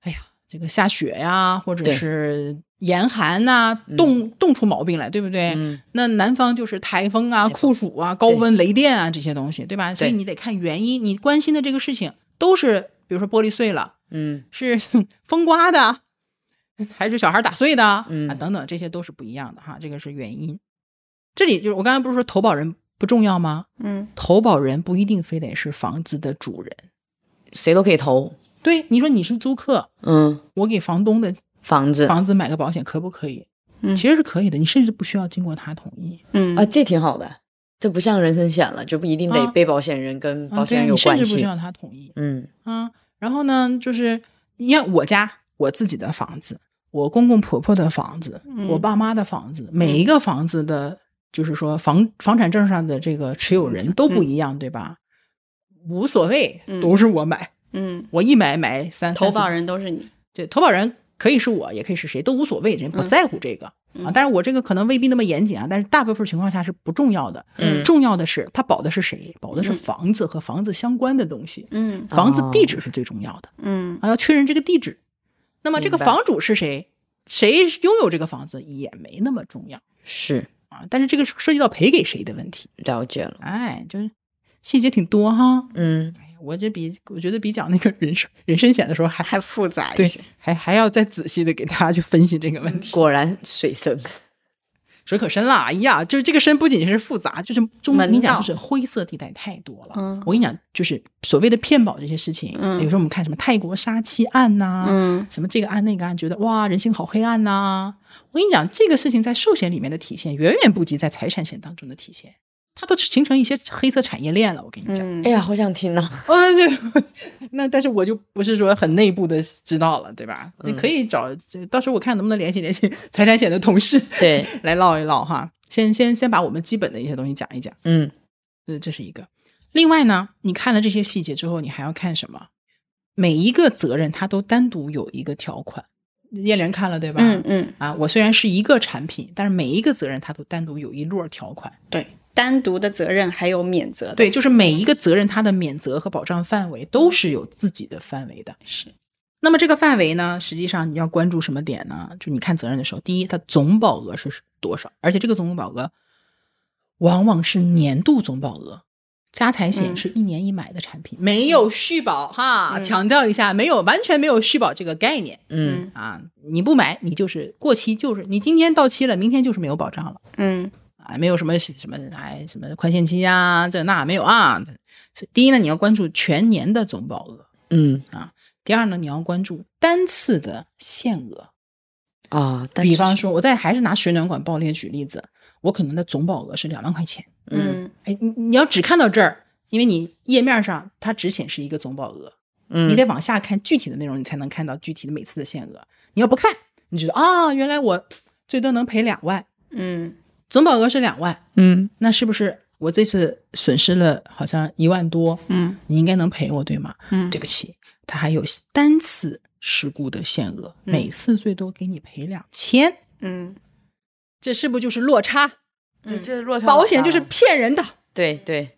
S1: 哎呀，这个下雪呀，或者
S2: 对
S1: 是严寒呐、冻冻出毛病来，对不对？
S2: 嗯
S1: 那南方就是台风啊、
S2: 风
S1: 酷暑啊、高温雷电啊这些东西，对吧？所以
S2: 对
S1: 你得看原因，你关心的这个事情都是，比如说玻璃碎了，
S2: 嗯，
S1: 是 风刮的， 还是小孩打碎的，
S2: 嗯
S1: 啊，等等，这些都是不一样的哈，这个是原因。这里就是我刚才不是说投保人不重要吗？
S3: 嗯
S1: 投保人不一定非得是房子的主人。
S2: 谁都可以投，
S1: 对，你说你是租客，
S2: 嗯，
S1: 我给房东的
S2: 房子
S1: 房子买个保险可不可以？
S3: 嗯
S1: 其实是可以的，你甚至不需要经过他同意。
S3: 嗯
S2: 啊，这挺好的，这不像人身险了，就不一定得
S1: 啊
S2: 被保险人跟
S1: 啊
S2: 保
S1: 对
S2: 险
S1: 啊，
S2: 人
S1: 你
S2: 有
S1: 甚
S2: 关
S1: 至不需
S2: 系，
S1: 要他同意。
S2: 嗯
S1: 啊，然后呢，就是你看我家我自己的房子，我公公婆婆的房子，我
S3: 嗯
S1: 爸妈的房子，每一个房子的，就是说房房产证上的这个持有人都不一样，对吧？无所谓，
S3: 嗯
S1: 都是我买，
S3: 嗯，
S1: 我一买买三
S3: 投
S1: 三四
S3: 保人都是你，
S1: 对，投保人可以是我，也可以是谁，都无所谓，人不
S3: 嗯
S1: 在乎这个、啊。但是我这个可能未必那么严谨啊，但是大部分情况下是不重要的。
S2: 嗯
S1: 重要的是它保的是谁，保的是
S3: 嗯
S1: 房子和房子相关的东西，
S3: 嗯
S1: 房子
S2: 哦
S1: 地址是最重要的
S3: 嗯
S1: 啊，要确认这个地址。那么这个
S2: 明白
S1: 房主是谁，谁拥有这个房子也没那么重要
S2: 是
S1: 啊。但是这个是涉及到赔给谁的问题，
S2: 了解了，
S1: 哎，就是细节挺多哈。
S2: 嗯，
S1: 哎呀我这比我觉得比讲那个人身人身险的时候还
S3: 还复杂一
S1: 对
S3: 些，，
S1: 还还要再仔细的给大家去分析这个问题。
S2: 果然水深，
S1: 水可深了，哎呀，就是这个深不仅是复杂，就是中
S3: 门道
S1: 你讲就是灰色地带太多了。
S3: 嗯
S1: 我跟你讲，就是所谓的骗保这些事情，
S3: 嗯
S1: 有时候我们看什么泰国杀妻案呐、
S3: 嗯
S1: 什么这个案那个案，觉得哇人性好黑暗呐、我跟你讲，这个事情在寿险里面的体现远远不及在财产险当中的体现，它都形成一些黑色产业链了。我跟你讲，
S3: 嗯
S2: 哎呀，好想听呐，
S1: 哦，就那，但是我就不是说很内部的知道了，对吧？你
S2: 嗯
S1: 可以找，就到时候我看能不能联系联系财产险的同事，
S2: 对，
S1: 来唠一唠哈。先先先把我们基本的一些东西讲一讲，
S2: 嗯，
S1: 呃，这是一个。另外呢，你看了这些细节之后，你还要看什么？每一个责任它都单独有一个条款，叶莲看了对吧？
S3: 嗯嗯，
S1: 啊，我虽然是一个产品，但是每一个责任它都单独有一摞条款。
S3: 对，单独的责任还有免责的，
S1: 对，就是每一个责任它的免责和保障范围都是有自己的范围的。
S3: 是，
S1: 那么这个范围呢，实际上你要关注什么点呢？就你看责任的时候，第一，它总保额是多少，而且这个总保额往往是年度总保额。家财险
S3: 嗯
S1: 是一年一买的产品，没有续保哈，
S3: 嗯
S1: 强调一下，没有完全没有续保这个概念
S2: 嗯，
S1: 啊！你不买，你就是过期，就是你今天到期了，明天就是没有保障了。
S3: 嗯
S1: 啊，没有什么什么哎什么宽限期啊，这那没有啊。是第一呢，你要关注全年的总保额；
S2: 嗯
S1: 第二呢，你要关注单次的限额。
S2: 啊，但
S1: 比
S2: 是
S1: 方，说，我再还是拿水暖管爆裂举例子，我可能的总保额是两万块钱。
S2: 嗯
S3: 嗯
S1: 哎，你你要只看到这儿，因为你页面上它只显示一个总保额，
S2: 嗯，
S1: 你得往下看具体的内容，你才能看到具体的每次的限额。你要不看，你觉得啊，原来我最多能赔两万，
S3: 嗯
S1: 总保额是两万，
S2: 嗯，
S1: 那是不是我这次损失了好像一万多？
S3: 嗯
S1: 你应该能赔我对吗？
S3: 嗯
S1: 对不起，它还有单次事故的限额，
S3: 嗯
S1: 每次最多给你赔两千，
S3: 嗯
S1: 这是不是就是落差？
S2: 这
S3: 嗯
S2: 这落差
S1: 保
S2: 好
S1: 险
S2: 大
S1: 就是
S2: 了
S1: 骗人的，
S2: 对对，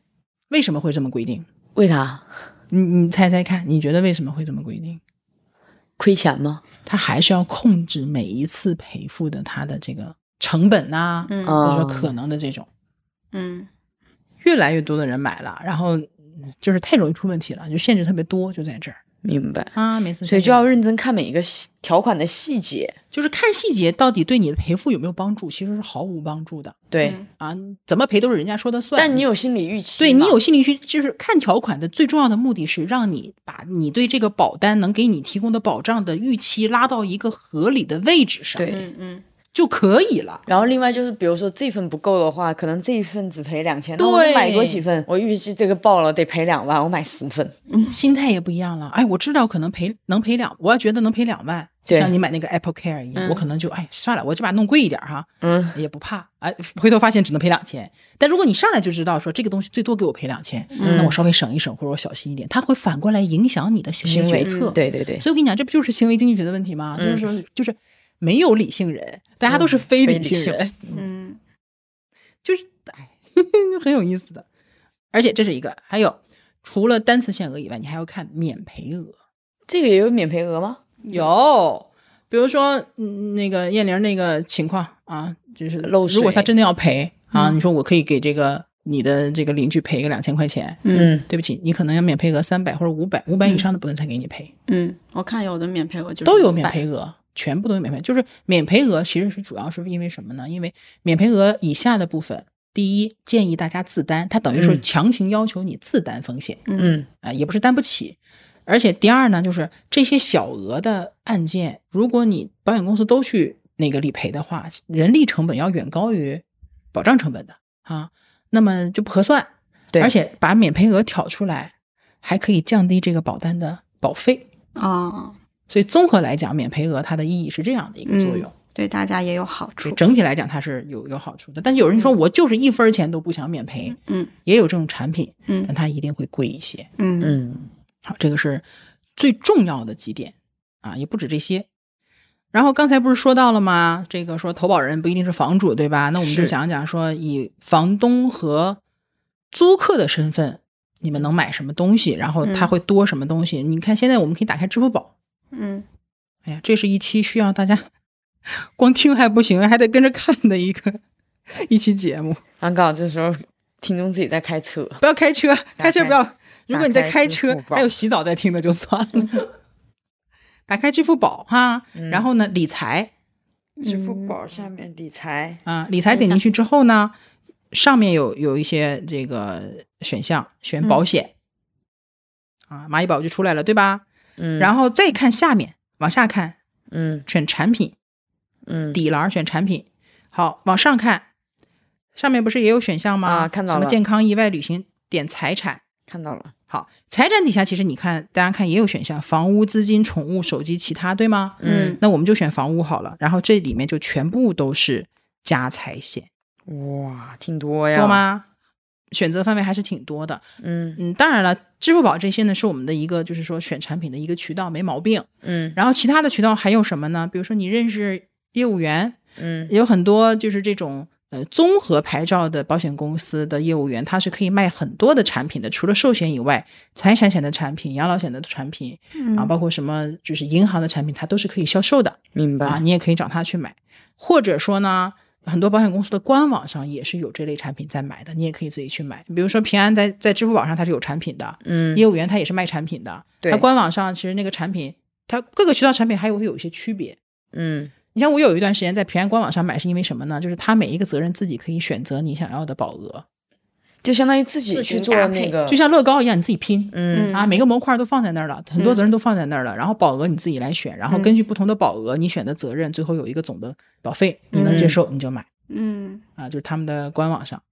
S1: 为什么会这么规定？
S2: 为啥
S1: 你你猜猜看，你觉得为什么会这么规定？
S2: 亏钱吗？
S1: 它还是要控制每一次赔付的它的这个成本呐、
S3: 嗯
S1: 或者说
S2: 哦
S1: 可能的这种。
S3: 嗯
S1: 越来越多的人买了，然后嗯就是太容易出问题了，就限制特别多，就在这儿。
S2: 明白。
S1: 啊，每次
S2: 所以
S1: 这
S2: 就要
S1: 样
S2: 认真看每一个细条款的细节。
S1: 就是看细节到底对你的赔付有没有帮助，其实是毫无帮助的
S2: 对，
S3: 嗯
S1: 啊，怎么赔都是人家说的算。啊
S2: 但你有心啊理预期嘛，
S1: 对你有心理需，就是看条款的最重要的目的是让你把你对这个保单能给你提供的保障的预期拉到一个合理的位置上，
S2: 对。
S3: 嗯嗯，
S1: 就可以了。
S2: 然后另外就是，比如说这份不够的话，可能这一份只赔两千，那我
S1: 对
S2: 买多几份，我预计这个报了得赔两万，我买十份，
S1: 心态也不一样了。哎，我知道可能赔能赔两，我要觉得能赔两万，就
S2: 对
S1: 像你买那个 Apple Care 一样，
S3: 嗯
S1: 我可能就哎算了，我就把它弄贵一点儿哈，
S2: 嗯，
S1: 也不怕。哎，回头发现只能赔两千。但如果你上来就知道说这个东西最多给我赔两千、
S2: 嗯
S1: 那我稍微省一省或者我小心一点，它会反过来影响你的行
S2: 行
S1: 为
S2: 为嗯
S1: 决策。
S2: 对对对，
S1: 所以我跟你讲，这不就是行为经济学的问题吗？就是说，就是没有理性人，大家都是非
S2: 非
S1: 理
S2: 理
S1: 性
S2: 性
S1: 人，
S3: 嗯
S1: 就是哎， 很有意思的。而且这是一个，还有除了单次限额以外，你还要看免赔额。
S2: 这个也有免赔额吗？
S1: 有，比如说嗯那个燕玲那个情况啊，就是
S2: 漏
S1: 如果他
S2: 水
S1: 真的要赔啊，你说我可以给这个你的这个邻居赔个两千块钱，
S3: 嗯
S1: 对不起，你可能要免赔额三百或者五百，五百以上的不能再给你赔，
S3: 嗯，我看有的免赔额就是
S1: 都有免
S2: 嗯
S3: 500，
S1: 赔额。全部都有免赔，就是免赔额其实是主要是因为什么呢？因为免赔额以下的部分，第一建议大家自担，它等于说
S2: 嗯
S1: 强行要求你自担风险，
S2: 嗯，
S1: 啊，也不是担不起。而且第二呢，就是这些小额的案件，如果你保险公司都去那个理赔的话，人力成本要远高于保障成本的啊，那么就不合算。
S2: 对，
S1: 而且把免赔额挑出来，还可以降低这个保单的保费。
S3: 啊，
S1: 所以综合来讲，免赔额它的意义是这样的一
S3: 嗯
S1: 个作用。
S3: 对大家也有好
S1: 就
S3: 处。
S1: 整体来讲，它是有有好处的。但是有人说，我就是一分钱都不想免赔，
S3: 嗯
S1: 也有这种产品，
S3: 嗯
S1: 但它一定会贵一些。
S3: 嗯
S2: 嗯，
S1: 好，这个是最重要的几点啊，也不止这些。然后刚才不是说到了吗？这个说投保人不一定是房主，对吧？那我们就是讲讲说，以房东和租客的身份，你们能买什么东西，然后他
S3: 嗯
S1: 会多什么东西？你看现在我们可以打开支付宝，
S3: 嗯
S1: 哎呀，这是一期需要大家 光听还不行，还得跟着看的一个一期节目。
S2: 刚好这时候听众自己在开车，
S1: 不要开车，开车
S2: 开
S1: 不要。如果你在开车
S2: 打开支，付宝
S1: 还有洗澡在听的就算了。 打开支付宝哈，
S2: 嗯
S1: 然后呢，理财
S2: 支付宝下面理财，
S1: 啊，理财点进去之后呢，上面有有一些这个选项，选
S2: 嗯
S1: 保险、啊，蚂蚁宝就出来了，对吧？
S2: 嗯，
S1: 然
S2: 后
S1: 后再看下面，往下看
S2: 嗯
S1: 选产品，
S2: 嗯，
S1: 底栏选产品。好，往上看，上面不是也有选项吗？
S2: 啊看到
S1: 什么
S2: 了
S1: 健康、意外、旅行，点财产。
S2: 看到了，
S1: 好，财产底下其实你看，大家看也有选项，房屋、资金、宠物、手机、其他，对吗？
S3: 嗯
S1: 那我们就选房屋好了。然后这里面就全部都是加财险，
S2: 哇，挺多呀，
S1: 多？吗？选择范围还是挺多的。
S2: 嗯
S1: 嗯，当然了，支付宝这些呢是我们的一个，就是说选产品的一个渠道，没毛病。
S2: 嗯
S1: 然后其他的渠道还有什么呢？比如说你认识业务员，
S2: 嗯
S1: 有很多就是这种呃综合牌照的保险公司的业务员，他是可以卖很多的产品的，除了寿险以外，财产险的产品、养老险的产品啊，
S3: 嗯
S1: 包括什么就是银行的产品，它都是可以销售的
S2: 明白
S1: 啊，你也可以找他去买，或者说呢。很多保险公司的官网上也是有这类产品在买的，你也可以自己去买。比如说平安在在支付宝上它是有产品的，
S2: 嗯
S1: 业务员他也是卖产品的。
S2: 对
S1: 它官网上其实那个产品，它各个渠道产品还会有一些区别。
S2: 嗯
S1: 你像我有一段时间在平安官网上买，是因为什么呢？就是它每一个责任自己可以选择你想要的保额，
S2: 就相当于自己
S3: 自
S2: 去
S3: 行
S2: 做
S3: 搭
S2: 那
S3: 配
S2: 个，
S1: 就像乐高一样，你自己拼。
S2: 嗯
S1: 啊，每个模块都放在那儿了，很多责任都放在那儿了，然后保额你自己来选，然后根据不同的保额，你选的责任，最后有一个总的保费，你能接受你就买
S3: 嗯
S1: 啊，就是他们的官网上。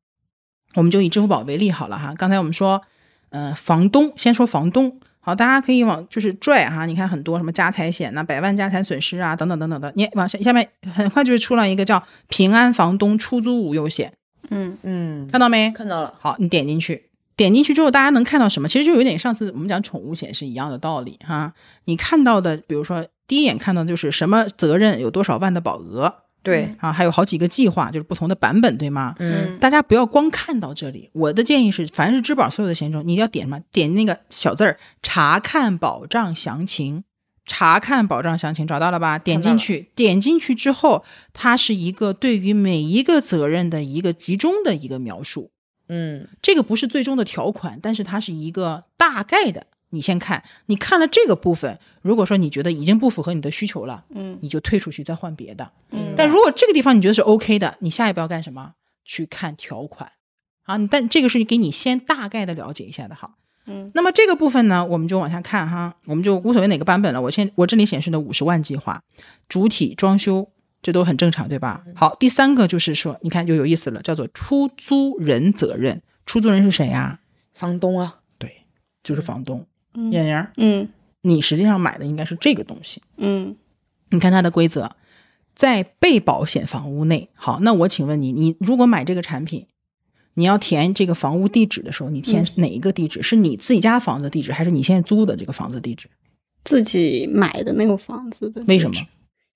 S1: 我们就以支付宝为例好了哈，刚才我们说，呃，房东先说房东，好，大家可以往就是拽哈，你看很多什么家财险呐、百万家财损失啊等等等等的，你往下下面很快就是出来一个叫平安房东出租无忧险，
S3: 嗯
S2: 嗯，
S1: 看到没？
S2: 看到了，
S1: 好，你点进去，点进去之后，大家能看到什么？其实就有点上次我们讲宠物险是一样的道理哈。你看到的，比如说第一眼看到就是什么责任有多少万的保额
S2: 对，
S1: 啊，还有好几个计划，就是不同的版本，对吗？
S2: 嗯
S1: 大家不要光看到这里，我的建议是，凡是支付宝所有的险种，你要点什么？点那个小字儿“查看保障详情”。查看保障详情找到了吧？点
S2: 看到
S1: 进
S2: 了
S1: 去，点进去之后，它是一个对于每一个责任的一个集中的一个描述。
S2: 嗯
S1: 这个不是最终的条款，但是它是一个大概的你先看，你看了这个部分，如果说你觉得已经不符合你的需求了，
S4: 嗯
S1: 你就退出去再换别的。
S4: 嗯
S1: 但如果这个地方你觉得是 OK 的，你下一步要干什么？去看条款啊！你但这个是给你先大概的了解一下的哈。
S4: 嗯
S1: 那么这个部分呢，我们就往下看哈，我们就无所谓哪个版本了。我现我这里显示的五十万计划，主体装修这都很正常，对吧？好，第三个就是说，你看就有意思了，叫做出租人责任。出租人是谁呀、
S2: 房东啊，
S1: 对，就是房东。
S4: 嗯
S1: 演员，
S4: 嗯
S1: 你实际上买的应该是这个东西。
S4: 嗯
S1: 你看它的规则，在被保险房屋内。好，那我请问你，你如果买这个产品，你要填这个房屋地址的时候，你填
S3: 嗯
S1: 哪一个地址？是你自己家房子地址，还是你现在租的这个房子地址？
S3: 自己买的那个房子的，
S1: 为什么？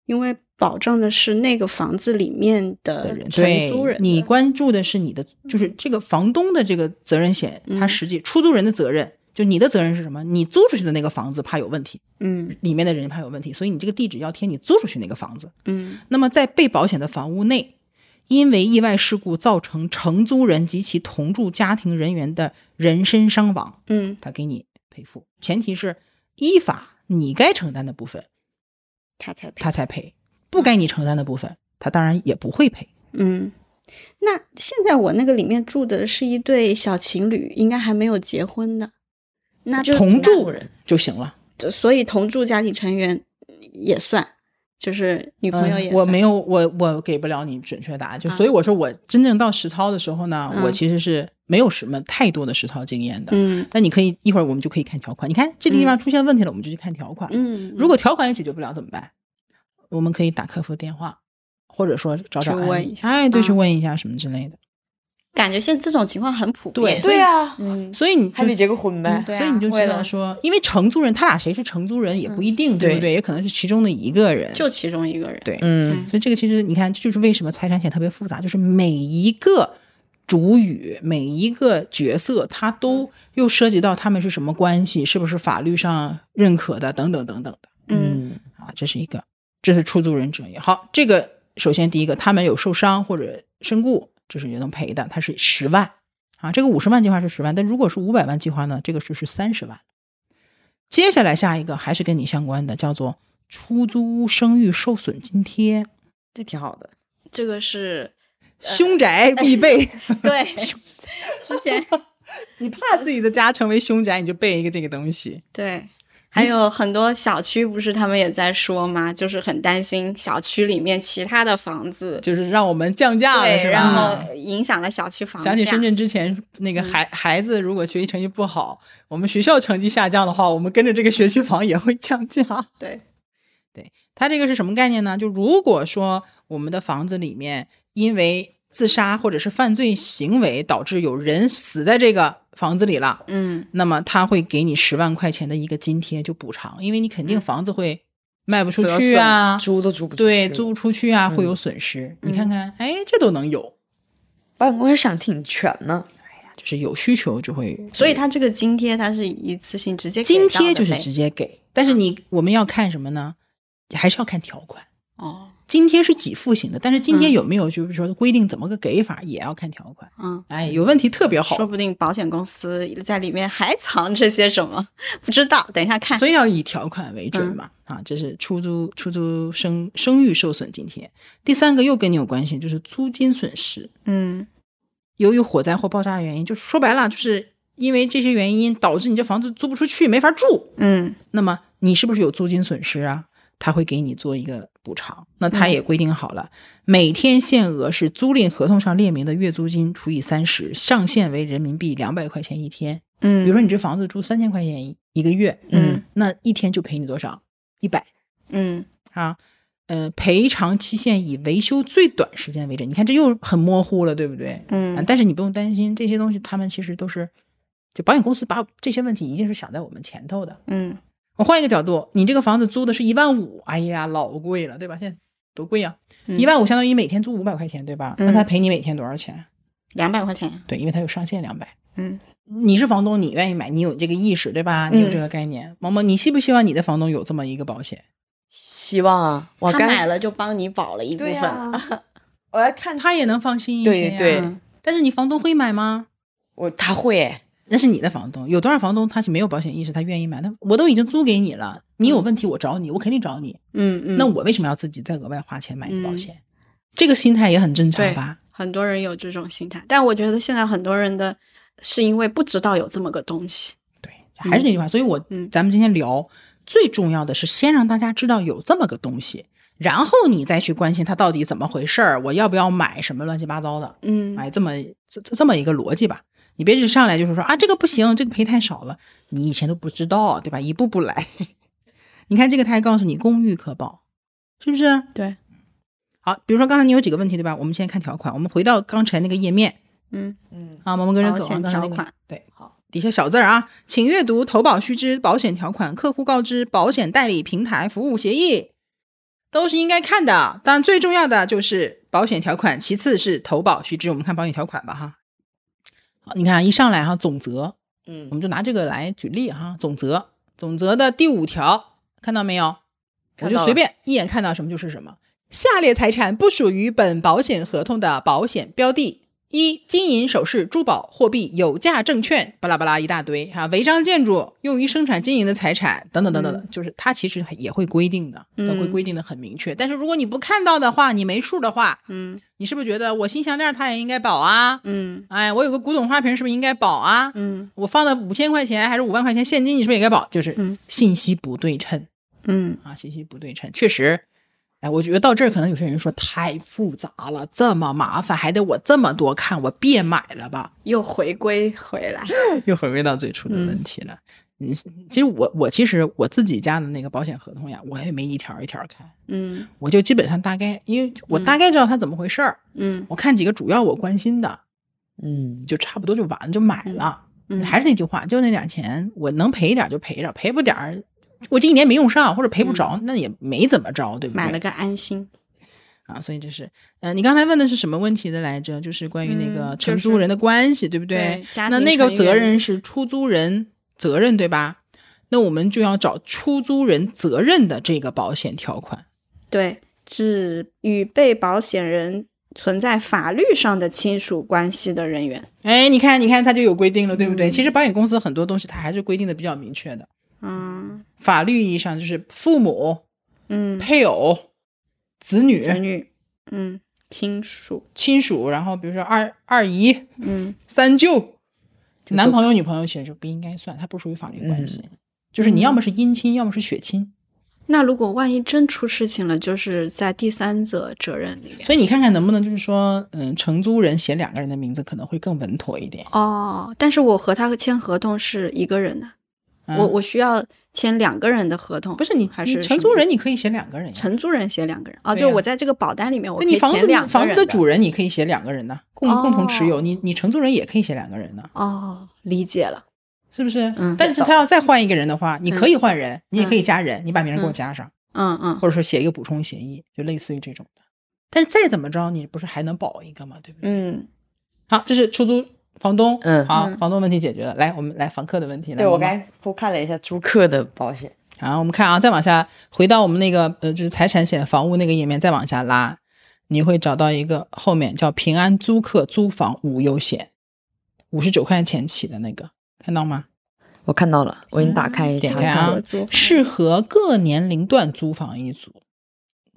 S3: 因为保证的是那个房子里面
S1: 的
S3: 的
S1: 人，
S3: 呃承租人的，
S1: 你关注的是你的，就是这个房东的这个责任险，它
S3: 嗯
S1: 实际出租人的责任，就你的责任是什么？你租出去的那个房子怕有问题，
S4: 嗯
S1: 里面的人怕有问题，所以你这个地址要填你租出去那个房子。
S3: 嗯
S1: 那么在被保险的房屋内，因为意外事故造成承租人及其同住家庭人员的人身伤亡，
S3: 嗯，
S1: 他给你赔付，前提是依法你该承担的部分
S4: 他才赔
S1: 他才赔，不该你承担的部分他当然也不会赔。
S3: 嗯，那现在我那个里面住的是一对小情侣，应该还没有结婚的，那就
S1: 同住人就行了。
S3: 所以同住家庭成员也算，就是女朋友也
S1: 嗯，
S3: 算。
S1: 我没有，我我给不了你准确答案，就所以我说我真正到实操的时候呢，
S3: 嗯
S1: 我其实是没有什么太多的实操经验的。
S3: 嗯
S1: 但你可以一会儿我们就可以看条款，你看这个地方出现问题了，我们就去看条款。
S3: 嗯，
S1: 如果条款也解决不了怎么办？我们可以打客服电话，或者说找找
S3: 去
S1: 安
S3: 问
S1: 利
S3: 一下
S1: 哎，对，去
S3: 嗯
S1: 问一下什么之类的。
S4: 感觉现在这种情况很普遍。
S2: 对啊，
S4: 嗯
S1: 所以你就
S2: 还得结个婚呗
S4: 嗯，对啊
S1: 所以你就
S4: 为
S1: 知道
S4: 了
S1: 说，因为承租人他俩谁是承租人也不一定，对不
S2: 对
S1: 对？也可能是其中的一个人。
S3: 就其中一个人，
S1: 对
S2: 嗯
S1: 所以这个其实你看，这就是为什么财产险特别复杂，就是每一个主语、每一个角色，它都又涉及到他们是什么关系，是不是法律上认可的，等等等等的
S4: 嗯
S1: 啊，这是一个，这是出租人责任。好，这个首先第一个，他们有受伤或者身故，这是也能赔的，它是十万啊，这个五十万计划是十万，但如果是五百万计划呢，这个就是三十万。接下来下一个还是跟你相关的，叫做出租屋生育受损津贴。
S2: 这挺好的。
S3: 这个 是呃
S1: 凶宅必备。
S3: 对 之前
S1: 你怕自己的家成为凶宅，你就备一个这个东西。
S3: 对， 还有很多小区不是他们也在说吗？就是很担心小区里面其他的房子，
S1: 就是让我们降价了，
S3: 对，
S1: 是
S3: 然
S1: 吧？
S3: 后影响了小区房价。
S1: 想起深圳之前那
S2: 嗯
S1: 个孩孩子如果学习成绩不好，我们学校成绩下降的话，我们跟着这个学区房也会降 价。
S3: 对，
S1: 对，它这个是什么概念呢？就如果说我们的房子里面因为自杀或者是犯罪行为导致有人死在这个房子里了，
S3: 嗯
S1: 那么他会给你十万块钱的一个津贴，就补偿，因为你
S2: 嗯
S1: 肯定房子会卖不出
S2: 折
S1: 去
S2: 损
S1: 啊，
S2: 租都租不出
S1: 对，
S2: 去
S1: 租不出去啊，
S2: 嗯
S1: 会有损失。你看看，哎，这都能有，
S2: 保险公司想挺全呢，
S1: 就是有需求就会。
S3: 所以它这个津贴它是一次性直接给
S1: 津
S3: 到
S1: 贴
S3: 的
S1: 就是
S3: 呗嗯
S1: 直接给，但是你我们要看什么呢？还是要看条款。
S3: 哦，
S1: 津贴是给付型的，但是津贴
S3: 嗯
S1: 有没有就是说规定怎么个给法，也要看条款。
S3: 嗯。
S1: 哎，有问题特别好
S3: 说，不定保险公司在里面还藏着些什么，不知道。等一下看。
S1: 所以要以条款为准
S3: 嗯
S1: 嘛。啊，这是出租出租生生育受损津贴。第三个又跟你有关系，就是租金损失。
S3: 嗯
S1: 由于火灾或爆炸的原因，就是说白了，就是因为这些原因导致你这房子租不出去，没法住。
S3: 嗯
S1: 那么你是不是有租金损失啊？他会给你做一个补偿。那
S3: 嗯
S1: 他也规定好了，每天限额是租赁合同上列明的月租金除以三十，上限为人民币两百块钱一天。
S3: 嗯，
S1: 比如说你这房子租三千块钱一一个月，
S3: 嗯
S1: 那一天就赔你多少？一百
S3: 嗯
S1: 啊。呃，赔偿期限以维修最短时间为准。你看这又很模糊了，对不对？啊，
S3: 嗯
S1: 但是你不用担心这些东西，他们其实都是，就保险公司把这些问题一定是想在我们前头的。
S3: 嗯
S1: 我换一个角度，你这个房子租的是一万五，哎呀，老贵了，对吧？现在多贵呀、
S3: 嗯
S1: 一万五相当于每天租五百块钱，对吧？那
S3: 嗯
S1: 他赔你每天多少钱？
S3: 两百块钱。
S1: 对，因为他有上限两百。
S3: 嗯，
S1: 你是房东，你愿意买，你有这个意识，对吧？你有这
S3: 嗯
S1: 个概念。萌萌，你希不希望你的房东有这么一个保险？
S2: 希望啊，我
S3: 他
S2: 刚
S3: 买了就帮你保了一部
S2: 对
S3: 分。
S2: 啊， 我要看
S1: 他也能放心一些、啊
S3: 啊
S2: 对
S1: 呀。
S2: 对，
S1: 但是你房东会买吗？
S2: 我他会哎，
S1: 那是你的房东，有多少房东他是没有保险意识，他愿意买？那我都已经租给你了，你有问题我找你，我肯定找你。
S3: 嗯嗯，
S1: 那我为什么要自己再额外花钱买一个保险？这个心态也很正常
S3: 对
S1: 吧？
S3: 很多人有这种心态，但我觉得现在很多人的是因为不知道有这么个东西。
S1: 对，还是那句话，所以我、
S3: 嗯
S1: 咱们今天聊最重要的是先让大家知道有这么个东西，然后你再去关心它到底怎么回事儿，我要不要买什么乱七八糟的。
S3: 嗯，
S1: 哎，这么这这么一个逻辑吧。你别是上来就是说啊，这个不行，这个赔太少了，你以前都不知道，对吧？一步步来。 你看这个，他还告诉你公寓可保，是不是？
S3: 对，
S1: 好，比如说刚才你有几个问题，对吧？我们现在看条款，我们回到刚才那个页面
S3: 嗯，
S2: 嗯，
S1: 啊，毛毛跟着
S3: 保
S1: 走啊，
S3: 险
S1: 刚才那
S3: 条
S1: 个
S3: 款
S1: 对，好，底下小字儿啊，请阅读投保须知、保险条款、客户告知、保险代理平台服务协议，都是应该看的。但最重要的就是保险条款，其次是投保须知。我们看保险条款吧，哈。好，你看啊一上来哈、总则，我
S2: 嗯，
S1: 们就拿这个来举例哈、总则，总则的第五条，看到没有？我
S2: 看
S1: 就
S2: 到
S1: 随
S2: 了
S1: 便一眼看到什么就是什么。下列财产不属于本保险合同的保险标的：一、金银首饰、珠宝、货币、有价证券，巴拉巴拉一大堆哈、违章建筑用于生产金银的财产等等等等
S2: 嗯
S1: 的，就是它其实也会规定的，它会
S3: 嗯
S1: 规定的很明确。但是如果你不看到的话，你没数的话，
S3: 嗯
S1: 你是不是觉得我新项链它也应该保啊？
S3: 嗯
S1: 哎，我有个古董花瓶是不是应该保啊？
S3: 嗯
S1: 我放的五千块钱还是五万块钱现金，你是不是也该保？就是
S3: 嗯
S1: 信息不对称。
S3: 嗯，
S1: 啊，信息不对称，确实，哎，我觉得到这儿可能有些人说太复杂了，这么麻烦，还得我这么多看，我别买了吧，
S3: 又回归回来。
S1: 又回归到最初的问
S3: 嗯
S1: 题了。嗯，其实我我其实我自己家的那个保险合同呀，我也没一条一条看，
S3: 嗯
S1: 我就基本上大概，因为我大概知道它怎么回事儿，
S3: 嗯
S1: 我看几个主要我关心的，
S2: 嗯，
S1: 就差不多就完了，就买了。
S3: 嗯，
S1: 还是那句话，就那点儿钱，我能赔点儿就赔着，赔不点儿，我这一年没用上或者赔不着，那也没怎么着，对不对？
S3: 嗯买了个安心。
S1: 啊，所以这是，呃，你刚才问的是什么问题的来着？就是关于那个
S3: 嗯
S1: 承
S3: 就
S1: 租
S3: 是
S1: 人的关系，对不对
S3: 对？家
S1: 那
S3: 庭
S1: 那个
S3: 成
S1: 责
S3: 员
S1: 任是出租人责任，对吧？那我们就要找出租人责任的这个保险条款。
S3: 对，指与被保险人存在法律上的亲属关系的人员。
S1: 哎，你看，你看，它就有规定了，对不对？
S3: 嗯
S1: 其实保险公司很多东西它还是规定的比较明确的，
S3: 嗯
S1: 法律意义上就是父母、
S3: 嗯，
S1: 配偶、子女、
S3: 子女，嗯，亲属，
S1: 亲属，然后比如说二二姨、
S3: 嗯
S1: 三舅、
S2: 就
S1: 男
S2: 都
S1: 朋友、女朋友其实就不应该算，它不属于法律关系，
S3: 嗯
S1: 就是你要么是姻亲，要么是血亲。
S3: 那如果万一真出事情了，就是在第三者责任里面。
S1: 所以你看看能不能就是说，嗯，承租人写两个人的名字可能会更稳妥一点。
S3: 哦，但是我和他签合同是一个人的，
S1: 啊
S3: 我我需要签两个人的合同，
S1: 不是你，
S3: 还
S1: 你
S3: 是
S1: 承
S3: 什
S1: 租
S3: 么意
S1: 人
S3: 思
S1: 你可以写两个人呀，
S3: 承租人写两个人啊、
S1: 对
S3: 就
S1: 呀
S3: 我在这个保单里面我
S1: 那
S3: 可
S1: 你
S3: 以
S1: 房子
S3: 填两个
S1: 房子
S3: 人
S1: 的
S3: 的
S1: 主人你可以写两个人呐，共共同持有，
S3: 哦
S1: 你你承租人也可以写两个人呐，
S3: 哦，理解了，
S1: 是不是？
S3: 嗯
S1: 但是他要再换一个人的话，你可以换人，你也可以
S3: 嗯
S1: 加人，你把名字给我
S3: 嗯
S1: 加上，
S3: 嗯嗯
S1: 或者说写一个补充协议，就类似于这种的。但是再怎么着，你不是还能保一个吗？对不对？
S3: 嗯，
S1: 好，这是出租房东，
S2: 嗯
S1: 好，
S3: 嗯
S1: 房东问题解决了。来，我们来房客的问题。来
S2: 对我
S1: 萌萌
S2: 刚才偷看了一下租客的保险，
S1: 好，我们看啊，再往下回到我们那个呃，就是财产险房屋那个页面，再往下拉，你会找到一个后面叫平安租客租房无忧险，五十九块钱起的那个，看到吗？
S2: 我看到了，我给你打嗯开
S1: 点
S2: 查
S1: 开啊
S2: 看。
S3: 合租
S1: 适合各年龄段租房一族。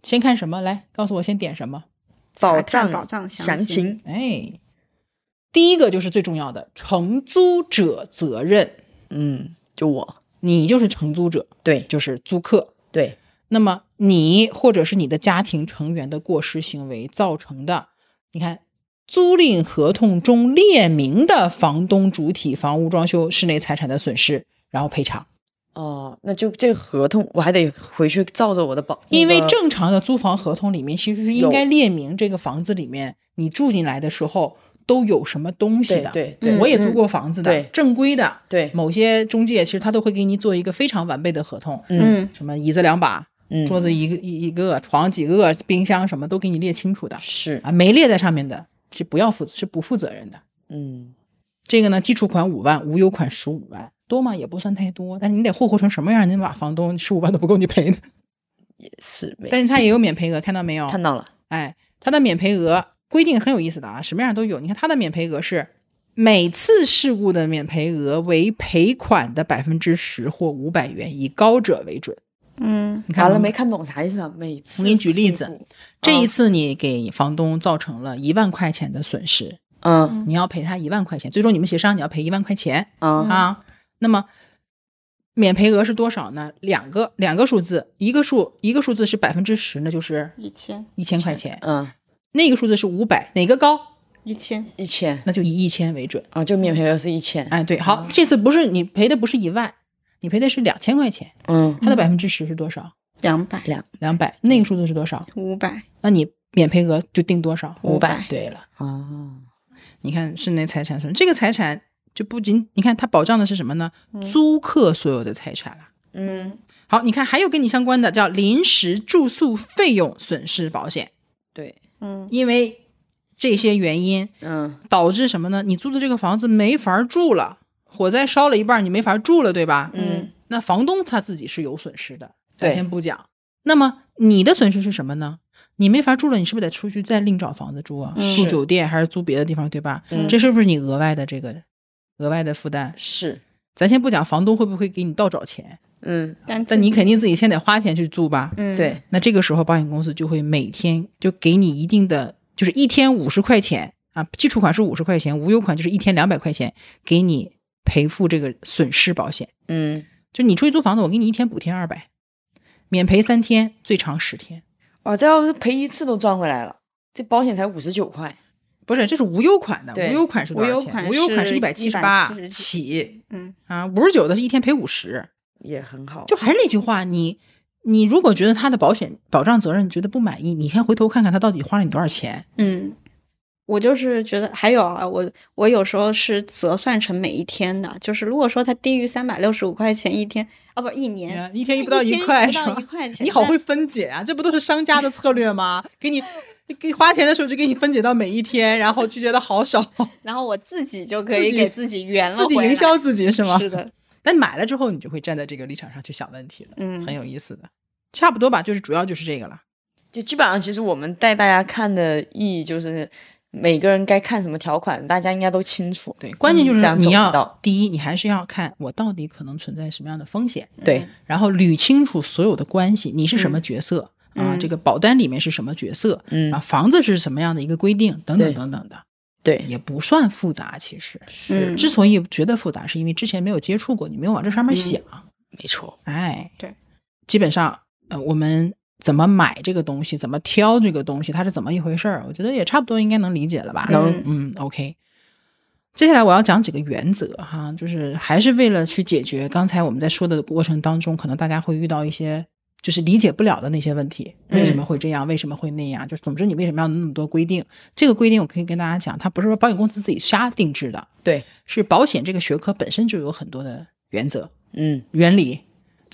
S1: 先看什么？来告诉我，先点什么？
S2: 保
S3: 查
S2: 障
S3: 看保障详
S2: 详
S3: 情
S2: 情，
S1: 哎，第一个就是最重要的承租者责任，
S2: 嗯，就我，
S1: 你就是承租者，
S2: 对
S1: 就是租客。
S2: 对，
S1: 那么你或者是你的家庭成员的过失行为造成的，你看租赁合同中列明的房东主体房屋装修室内财产的损失，然后赔偿。
S2: 哦，那就这合同我还得回去照着我的保，
S1: 因为
S2: 那个
S1: 正常的租房合同里面其实是应该列明这个房子里面你住进来的时候都有什么东西的。嗯
S2: 对对
S1: 我
S2: 对
S1: 也租过房子的，
S2: 对
S1: 正规的，
S2: 对
S1: 某些中介其实他都会给你做一个非常完备的合同，
S2: 嗯
S1: 什么椅子两把，
S2: 嗯，
S1: 桌子一个一一个，床几个，冰箱什么都给你列清楚的
S2: 是
S1: 啊，没列在上面的是不要负是不负责任的。
S2: 嗯
S1: 这个呢，基础款五万，无忧款十五万，多吗？也不算太多，但是你得霍霍成什么样，你能把房东十五万都不够你赔呢？
S2: 也是，没
S1: 但是他也有免赔额，看到没有？
S2: 看到了，
S1: 哎，它的免赔额规定很有意思的啊，什么样都有。你看它的免赔额是每次事故的免赔额为赔款的百分之十或五百元，以高者为准。
S4: 嗯
S1: 你看
S2: 完了
S1: 吗
S2: 没看懂啥意思啊？每次
S1: 我给你举例
S2: 事
S1: 子
S2: 故，
S1: 这一
S2: 啊
S1: 次你给房东造成了一万块钱的损失，
S2: 嗯
S1: 你要赔他一万块钱，最终你们协商你要赔一万块钱。
S2: 嗯
S1: 啊。那么免赔额是多少呢？两个两个数字，一个数一个数字是百分之十，那就是
S4: 一千
S1: 一千块钱；
S2: 嗯，
S1: 那个数字是五百，哪个高？
S4: 一千，
S2: 一千
S1: 那就以一千为准。
S2: 啊，就免赔额是一千，
S1: 哎，对，
S4: 嗯
S1: 好，这次不是你赔的不是一万，你赔的是两千块钱，
S2: 嗯，
S1: 它的
S4: 嗯
S1: 百分之十是多少？
S4: 两百
S1: 两百，那个数字是多少？
S4: 五百，
S1: 那你免赔额就定多少？
S4: 500
S1: 对了，
S2: 啊，
S1: 你看室内财产损，这个财产就不仅你看它保障的是什么呢？
S4: 嗯
S1: 租客所有的财产啊。
S4: 嗯
S1: 好，你看还有跟你相关的叫临时住宿费用损失保险，
S2: 对，
S4: 嗯
S1: 因为这些原因
S2: 嗯
S1: 导致什么呢？你租的这个房子没法住了，火灾烧了一半，你没法住了，对吧？
S4: 嗯，
S1: 那房东他自己是有损失的，咱
S2: 对
S1: 先不讲。那么你的损失是什么呢？你没法住了，你是不是得出去再另找房子住啊？
S4: 嗯
S1: 住
S2: 是
S1: 酒店还是租别的地方，对吧？
S2: 嗯
S1: 这是不是你额外的这个额外的负担？
S2: 是，
S1: 咱先不讲房东会不会给你倒找钱，
S2: 嗯
S4: 但
S1: 但你
S4: 自己
S1: 肯定自己先得花钱去住吧？
S4: 嗯
S2: 对，
S1: 那这个时候保险公司就会每天就给你一定的，就是一天五十块钱啊，基础款是五十块钱，无忧款就是一天两百块钱，给你赔付这个损失保险。
S2: 嗯，
S1: 就你出去租房子，我给你一天补贴二百，免赔三天，最长十天。
S2: 哇，这要是赔一次都赚回来了，这保险才五十九块，
S1: 不是，这是无忧款的，
S2: 对
S1: 无忧款是多少
S4: 无忧款
S1: 钱？
S4: 是
S1: 无忧款是一百七十八
S4: 179
S1: 起
S4: 嗯
S1: 啊，五十九的是一天赔五十。
S2: 也很好，
S1: 就还是那句话，你你如果觉得他的保险保障责任觉得不满意，你先回头看看他到底花了你多少钱。
S4: 嗯
S3: 我就是觉得还有啊，我我有时候是折算成每一天的，就是如果说它低于三百六十五块钱一天，啊，不是一年，
S1: 一天
S3: 一
S1: 一不到一
S3: 天
S1: 块
S3: 不
S1: 是
S3: 到
S1: 吧
S3: 一？块钱，
S1: 你好
S3: 但
S1: 会分解啊！这不都是商家的策略吗？给你，给花钱的时候就给你分解到每一天，然后就觉得好少，
S3: 然后我自己就可
S1: 自
S3: 以
S1: 己
S3: 给自己圆了
S1: 自己
S3: 回
S1: 营
S3: 来
S1: 销自己是吗？
S3: 是的，
S1: 但买了之后，你就会站在这个立场上去想问题了，
S4: 嗯
S1: 很有意思的。差不多吧，就是主要就是这个了。
S2: 就基本上，其实我们带大家看的意义就是，每个人该看什么条款，大家应该都清楚。
S1: 对，关键就是
S2: 这样
S1: 你
S2: 走得
S1: 要
S2: 到
S1: 第一，你还是要看我到底可能存在什么样的风险，
S2: 对，
S1: 然后捋清楚所有的关系，你是什么角色啊？
S4: 嗯
S1: 这个保单里面是什么角色
S2: 嗯
S1: 啊？，房子是什么样的一个规定等等
S2: 对
S1: 等等的，
S2: 对，
S1: 也不算复杂，其实。
S4: 嗯
S1: 之所以觉得复杂，是因为之前没有接触过，你没有往这上面想。
S2: 没错，
S1: 哎，
S4: 对，
S1: 基本上呃，我们怎么买这个东西，怎么挑这个东西，它是怎么一回事儿，我觉得也差不多应该能理解了吧？
S2: 能
S1: 嗯，OK。接下来我要讲几个原则哈，就是还是为了去解决刚才我们在说的过程当中，可能大家会遇到一些就是理解不了的那些问题，为什么会这样，为什么会那样，就是总之你为什么要那么多规定？这个规定我可以跟大家讲，它不是说保险公司自己瞎定制的，
S2: 对，
S1: 是保险这个学科本身就有很多的原则，
S2: 嗯，
S1: 原理。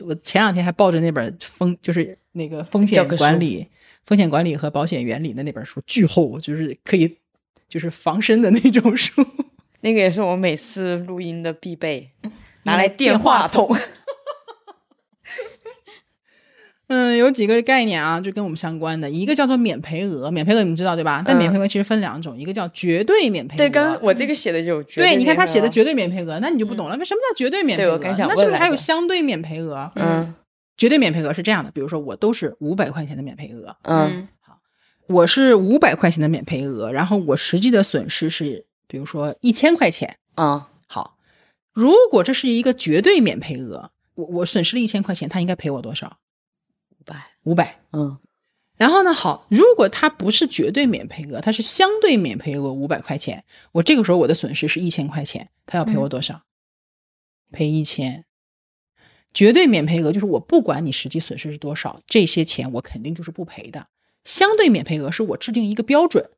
S1: 我前两天还抱着那本风，就是那个风
S2: 教
S1: 险
S2: 科书
S1: 管理、风险管理和保险原理的那本书，巨厚，就是可以就是防身的那种书。
S2: 那个也是我每次录音的必备，拿
S1: 来
S2: 来
S1: 电
S2: 电
S1: 话
S2: 话筒。
S1: 嗯，有几个概念啊，就跟我们相关的，一个叫做免赔额，免赔额你们知道对吧？但
S2: 嗯
S1: 免赔额其实分两种，一个叫绝对免赔额。
S2: 对，跟我这个写的就有绝
S1: 哎啊对，你看他
S2: 联
S1: 写的
S2: 合，
S1: 绝对免赔额，那你就不懂了。为什么叫绝对免赔
S2: 嗯对
S1: 额啊
S2: 我？刚想
S1: 那是不
S2: 问
S1: 是
S2: 来
S1: 还有
S2: 着
S1: 相对免赔额？
S2: 嗯
S1: 绝对免赔额是这样的，比如说我都是五百块钱的免赔额，
S2: 嗯
S1: 我是五百块钱的免赔额，然后我实际的损失是，比如说一千块钱。
S2: 嗯，
S1: 好，如果这是一个绝对免赔额，我我损失了一千块钱，他应该赔我多少？
S2: 五百，
S1: 五百。
S2: 嗯
S1: 然后呢，好，如果它不是绝对免赔额，它是相对免赔额五百块钱，我这个时候我的损失是一千块钱，他要赔我多少？赔一千。绝对免赔额就是我不管你实际损失是多少，这些钱我肯定就是不赔的。相对免赔额是我制定一个标准，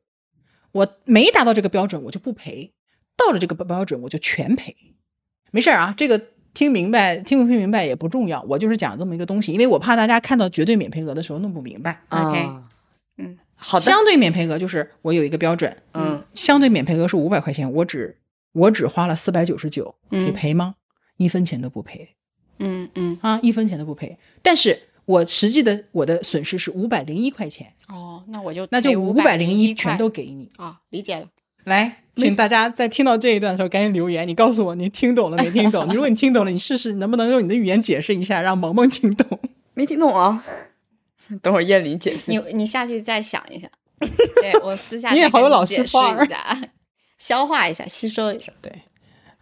S1: 我没达到这个标准我就不赔，到了这个标准我就全赔。没事儿啊，这个听明白听不听明白也不重要，我就是讲这么一个东西，因为我怕大家看到绝对免赔额的时候弄不明白。
S4: OK，
S2: 啊
S4: 嗯，
S2: 好的，
S1: 相对免赔额就是我有一个标准，
S2: 嗯
S1: 相对免赔额是五百块钱，我只我只花了四百九十九，你
S3: 嗯
S1: 赔吗？一分钱都不赔
S3: 嗯嗯，
S1: 啊，一分钱都不赔。但是我实际的我的损失是五百零一块钱，
S3: 哦，那我就
S1: 那就
S3: 五
S1: 五百零
S3: 一
S1: 一全都给你。
S3: 啊，理解了，
S1: 来，请大家在听到这一段的时候赶紧留言，你告诉我你听懂了没听懂？如果你听懂了，你试试能不能用你的语言解释一下，让萌萌听懂。
S2: 没听懂啊。等会儿燕玲解释。
S4: 你你下去再想一想，对我私下
S1: 你也
S4: 再
S1: 好有
S4: 跟
S1: 老师
S4: 解释
S1: 范儿
S4: 一下，消化一下，吸收一下。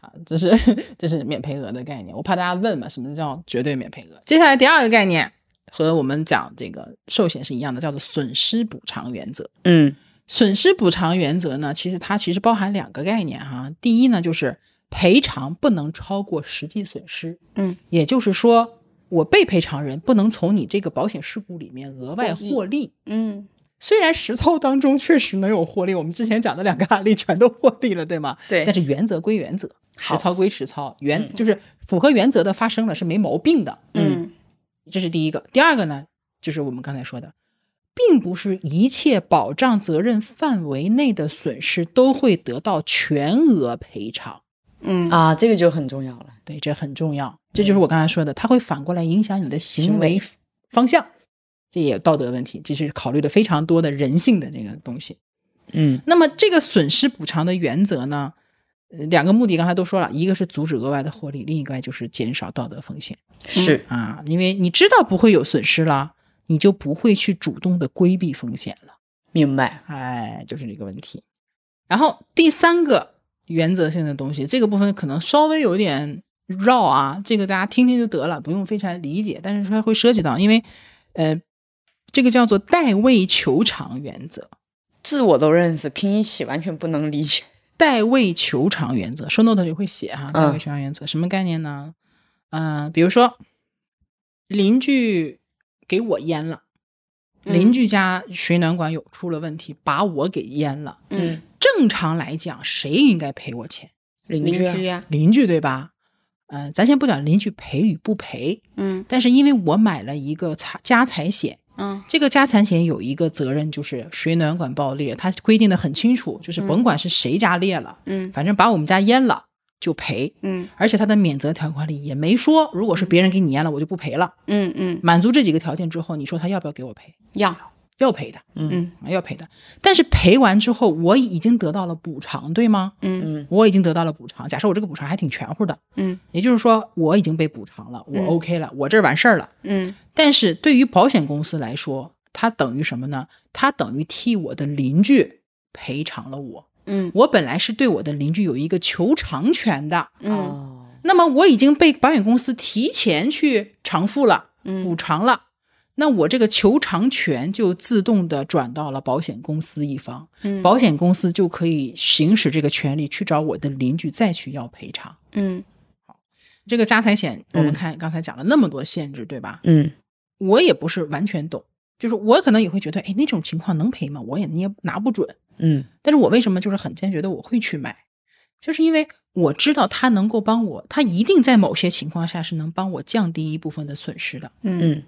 S1: 啊，这是 这是免赔额的概念。我怕大家问嘛，什么叫绝对免赔额？接下来第二个概念和我们讲这个寿险是一样的，叫做损失补偿原则。
S2: 嗯
S1: 损失补偿原则呢，其实它其实包含两个概念哈。第一呢，就是赔偿不能超过实际损失，
S4: 嗯，
S1: 也就是说，我被赔偿人不能从你这个保险事故里面额外
S4: 获益
S1: 获利。
S4: 嗯，
S1: 虽然实操当中确实能有获利，我们之前讲的两个案例全都获利了，对吗？
S2: 对
S1: 但是原则归原则，实
S2: 好嗯
S1: 操归实操，原、就是符合原则的发生了是没毛病的。
S4: 嗯，
S1: 这是第一个。第二个呢，就是我们刚才说的，并不是一切保障责任范围内的损失都会得到全额赔偿。
S4: 嗯
S2: 啊，这个就很重要了。
S1: 对，这很重要。这就是我刚才说的，它会反过来影响你的行
S2: 嗯行为
S1: 为方向。这也有道德问题，这是考虑的非常多的人性的这个东西。
S2: 嗯
S1: 那么这个损失补偿的原则呢，呃两个目的刚才都说了，一个是阻止额外的获利，另一个就是减少道德风险
S2: 是
S1: 啊，因为你知道不会有损失了，你就不会去主动的规避风险了，
S2: 明白。
S1: 哎，就是这个问题。然后第三个原则性的东西，这个部分可能稍微有点绕啊，这个大家听听就得了，不用非常理解，但是它会涉及到，因为呃，这个叫做代位求偿原则。
S2: 字我都认识，拼一起完全不能理解。
S1: 代位求偿原则，生动的里会写哈。代
S2: 嗯
S1: 位求偿原则、什么概念呢？嗯、比如说邻居给我淹了，邻居家水暖管有出了问题，把我给淹了。
S4: 嗯，
S1: 正常来讲，谁应该赔我钱？
S2: 邻
S4: 邻
S2: 居啊，
S4: 居啊，
S1: 邻居对吧？嗯、咱先不讲邻居赔与不赔，
S4: 嗯
S1: 但是因为我买了一个财家财险，
S4: 嗯
S1: 这个家产险有一个责任就是水暖管爆裂，它规定的很清楚，就是甭管是谁家裂了，
S4: 嗯
S1: 反正把我们家淹了就赔，
S4: 嗯
S1: 而且它的免责条款里也没说，如果是别人给你淹了，我就不赔了。
S4: 嗯嗯，
S1: 满足这几个条件之后，你说他要不要给我赔？
S4: 要
S1: 要赔的，
S2: 嗯
S1: 啊要赔的。但是赔完之后，我已经得到了补偿，对吗？
S4: 嗯
S2: 嗯
S1: 我已经得到了补偿。假设我这个补偿还挺全乎的，
S4: 嗯
S1: 也就是说我已经被补偿了，我
S4: 嗯
S1: OK 了，我这儿完事儿了。
S4: 嗯
S1: 但是对于保险公司来说，它等于什么呢？它等于替我的邻居赔偿了我。
S4: 嗯
S1: 我本来是对我的邻居有一个求偿权的，
S4: 嗯
S2: 哦，
S1: 那么我已经被保险公司提前去偿付了、补
S4: 嗯
S1: 偿了，那我这个求偿权就自动的转到了保险公司一方，
S4: 嗯，
S1: 保险公司就可以行使这个权利去找我的邻居再去要赔偿。
S4: 嗯
S1: 这个家财险，我们
S2: 嗯
S1: 看刚才讲了那么多限制，对吧？
S2: 嗯
S1: 我也不是完全懂，就是我可能也会觉得，哎，那种情况能赔吗？我也捏拿不准。
S2: 嗯
S1: 但是我为什么就是很坚决的我会去买，就是因为我知道它能够帮我，它一定在某些情况下是能帮我降低一部分的损失的，
S4: 嗯
S2: 嗯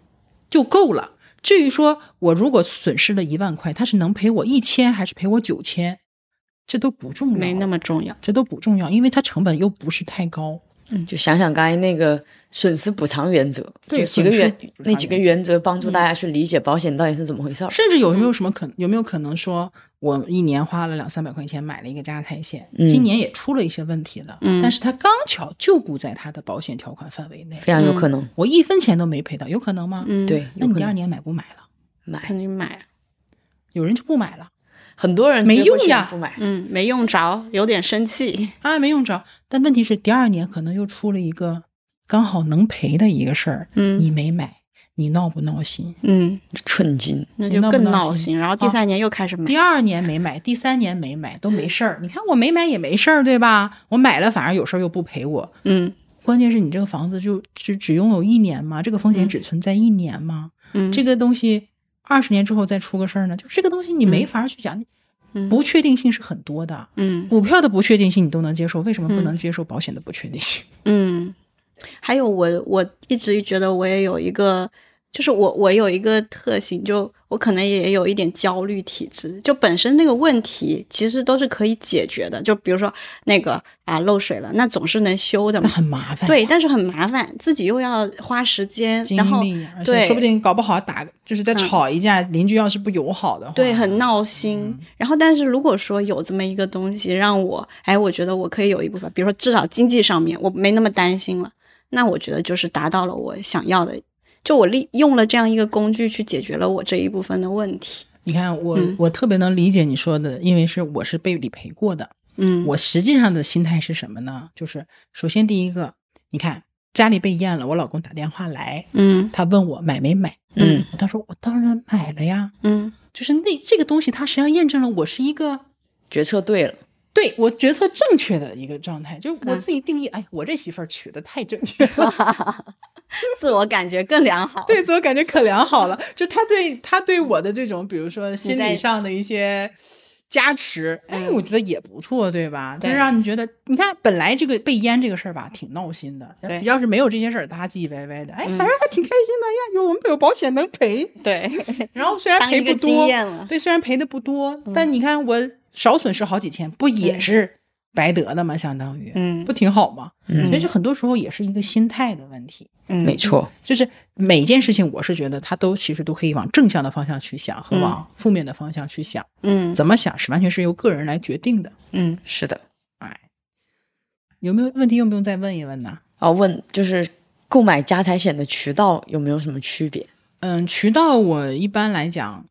S1: 就够了。至于说我如果损失了一万块，它是能赔我一千还是赔我九千，这都不重要，
S4: 没那么重要。
S1: 这都不重要，因为它成本又不是太高。
S2: 嗯，就想想刚才那个损失补偿原则，
S1: 对
S2: 就几个
S1: 损失
S2: 原
S1: 补偿
S2: 那几个
S1: 原
S2: 原则帮助大家去理解保险到底是怎么回事儿。
S1: 甚至有
S4: 嗯
S1: 没有什么可有没有可能说，我一年花了两三百块钱买了一个家财险，
S2: 嗯
S1: 今年也出了一些问题了，
S4: 嗯
S1: 但是它刚巧就不在它的保险条款范围内，
S2: 非常有可能，
S1: 我一分钱都没赔到，有可能吗？
S4: 嗯，
S2: 对，，
S1: 那
S2: 有
S1: 你
S2: 可
S1: 第二
S2: 能
S1: 年买不买了？
S2: 买
S4: 肯定买。
S1: 有人就不买了
S2: 很多人
S1: 没
S2: 结婚
S1: 用
S2: 选
S1: 呀
S2: 不买，
S4: 嗯，没用着，有点生气。
S1: 啊，没用着。但问题是，第二年可能又出了一个刚好能赔的一个事儿，
S4: 嗯
S1: 你没买，你闹不闹心？
S4: 嗯，
S2: 寸金。
S4: 那
S1: 你
S4: 就
S1: 闹不
S4: 更
S1: 闹
S4: 闹
S1: 心
S4: 心。然后第
S1: 啊
S4: 三年又开始买
S1: 第。二年没买，第三年没买都没事儿。你看我没买也没事儿，对吧？我买了反而有事儿又不赔我。
S4: 嗯
S1: 关键是你这个房子就只只拥有一年吗？这个风险只存在一年吗？
S4: 嗯，
S1: 这个东西二十年之后再出个事儿呢？就是这个东西你没法去讲，
S4: 嗯
S1: 不确定性是很多的。
S4: 嗯
S1: 股票的不确定性你都能接受，为什么不能接受保险的不确定性？
S4: 嗯，还有我我一直觉得我也有一个就是我我有一个特性，就我可能也有一点焦虑体质，就本身那个问题其实都是可以解决的，就比如说那个啊漏水了，那总是能修的
S1: 那
S4: 嘛。
S1: 很麻烦，
S4: 对，，但是很麻烦，自己又要花时间，
S1: 精
S4: 然后
S1: 力，啊而且
S4: 对，
S1: 说不定搞不好打就是再
S4: 嗯
S1: 吵一架，邻居要是不友好的话，
S4: 对，很闹心。
S1: 嗯
S4: 然后，但是如果说有这么一个东西让我，哎，我觉得我可以有一部分，比如说至少经济上面我没那么担心了，那我觉得就是达到了我想要的，就我利用了这样一个工具去解决了我这一部分的问题。
S1: 你看我、
S4: 嗯
S1: 我特别能理解你说的，因为是我是被理赔过的。
S4: 嗯，
S1: 我实际上的心态是什么呢？就是首先第一个，你看家里被验了，我老公打电话来，
S4: 嗯
S1: 他问我买没买，
S4: 嗯
S1: 他说我当然买了呀。
S4: 嗯
S1: 就是那这个东西，它实际上验证了我是一个
S2: 决策对了，
S1: 对我决策正确的一个状态，就是我
S4: 嗯
S1: 自己定义，哎，我这媳妇儿娶的太正确 了，
S4: 自我感觉更良好。
S1: 对自我感觉可良好了。就他对他对我的这种，比如说心理
S4: 在
S1: 上的一些加持，哎，
S4: 嗯
S1: 我觉得也不错，对吧？就
S4: 对
S1: 让你觉得，你看本来这个被淹这个事儿吧，挺闹心的。呃
S4: 对
S1: 要是没有这些事儿，大家唧唧歪歪的，哎，
S4: 嗯
S1: 反正还挺开心的呀，有我们有保险能赔。
S4: 对，
S1: 然后虽然
S4: 当
S1: 赔
S4: 一
S1: 不
S4: 个
S1: 多
S4: 经，验了。
S1: 对，虽然赔的不多，但你看我少损失好几千，不也
S4: 嗯
S1: 是白得的吗？相当于，
S4: 嗯
S1: 不挺好吗？
S2: 嗯
S1: 所以就很多时候也是一个心态的问题。
S4: 嗯，
S2: 没错，
S1: 就是每件事情，我是觉得它都其实都可以往正向的方向去想，和
S4: 嗯
S1: 往负面的方向去想。
S4: 嗯
S1: 怎么想是完全是由个人来决定的。
S4: 嗯，
S2: 是的。
S1: 哎，有没有问题？用不用再问一问呢？
S2: 哦，问就是购买家财险的渠道有没有什么区别？
S1: 嗯，渠道我一般来讲，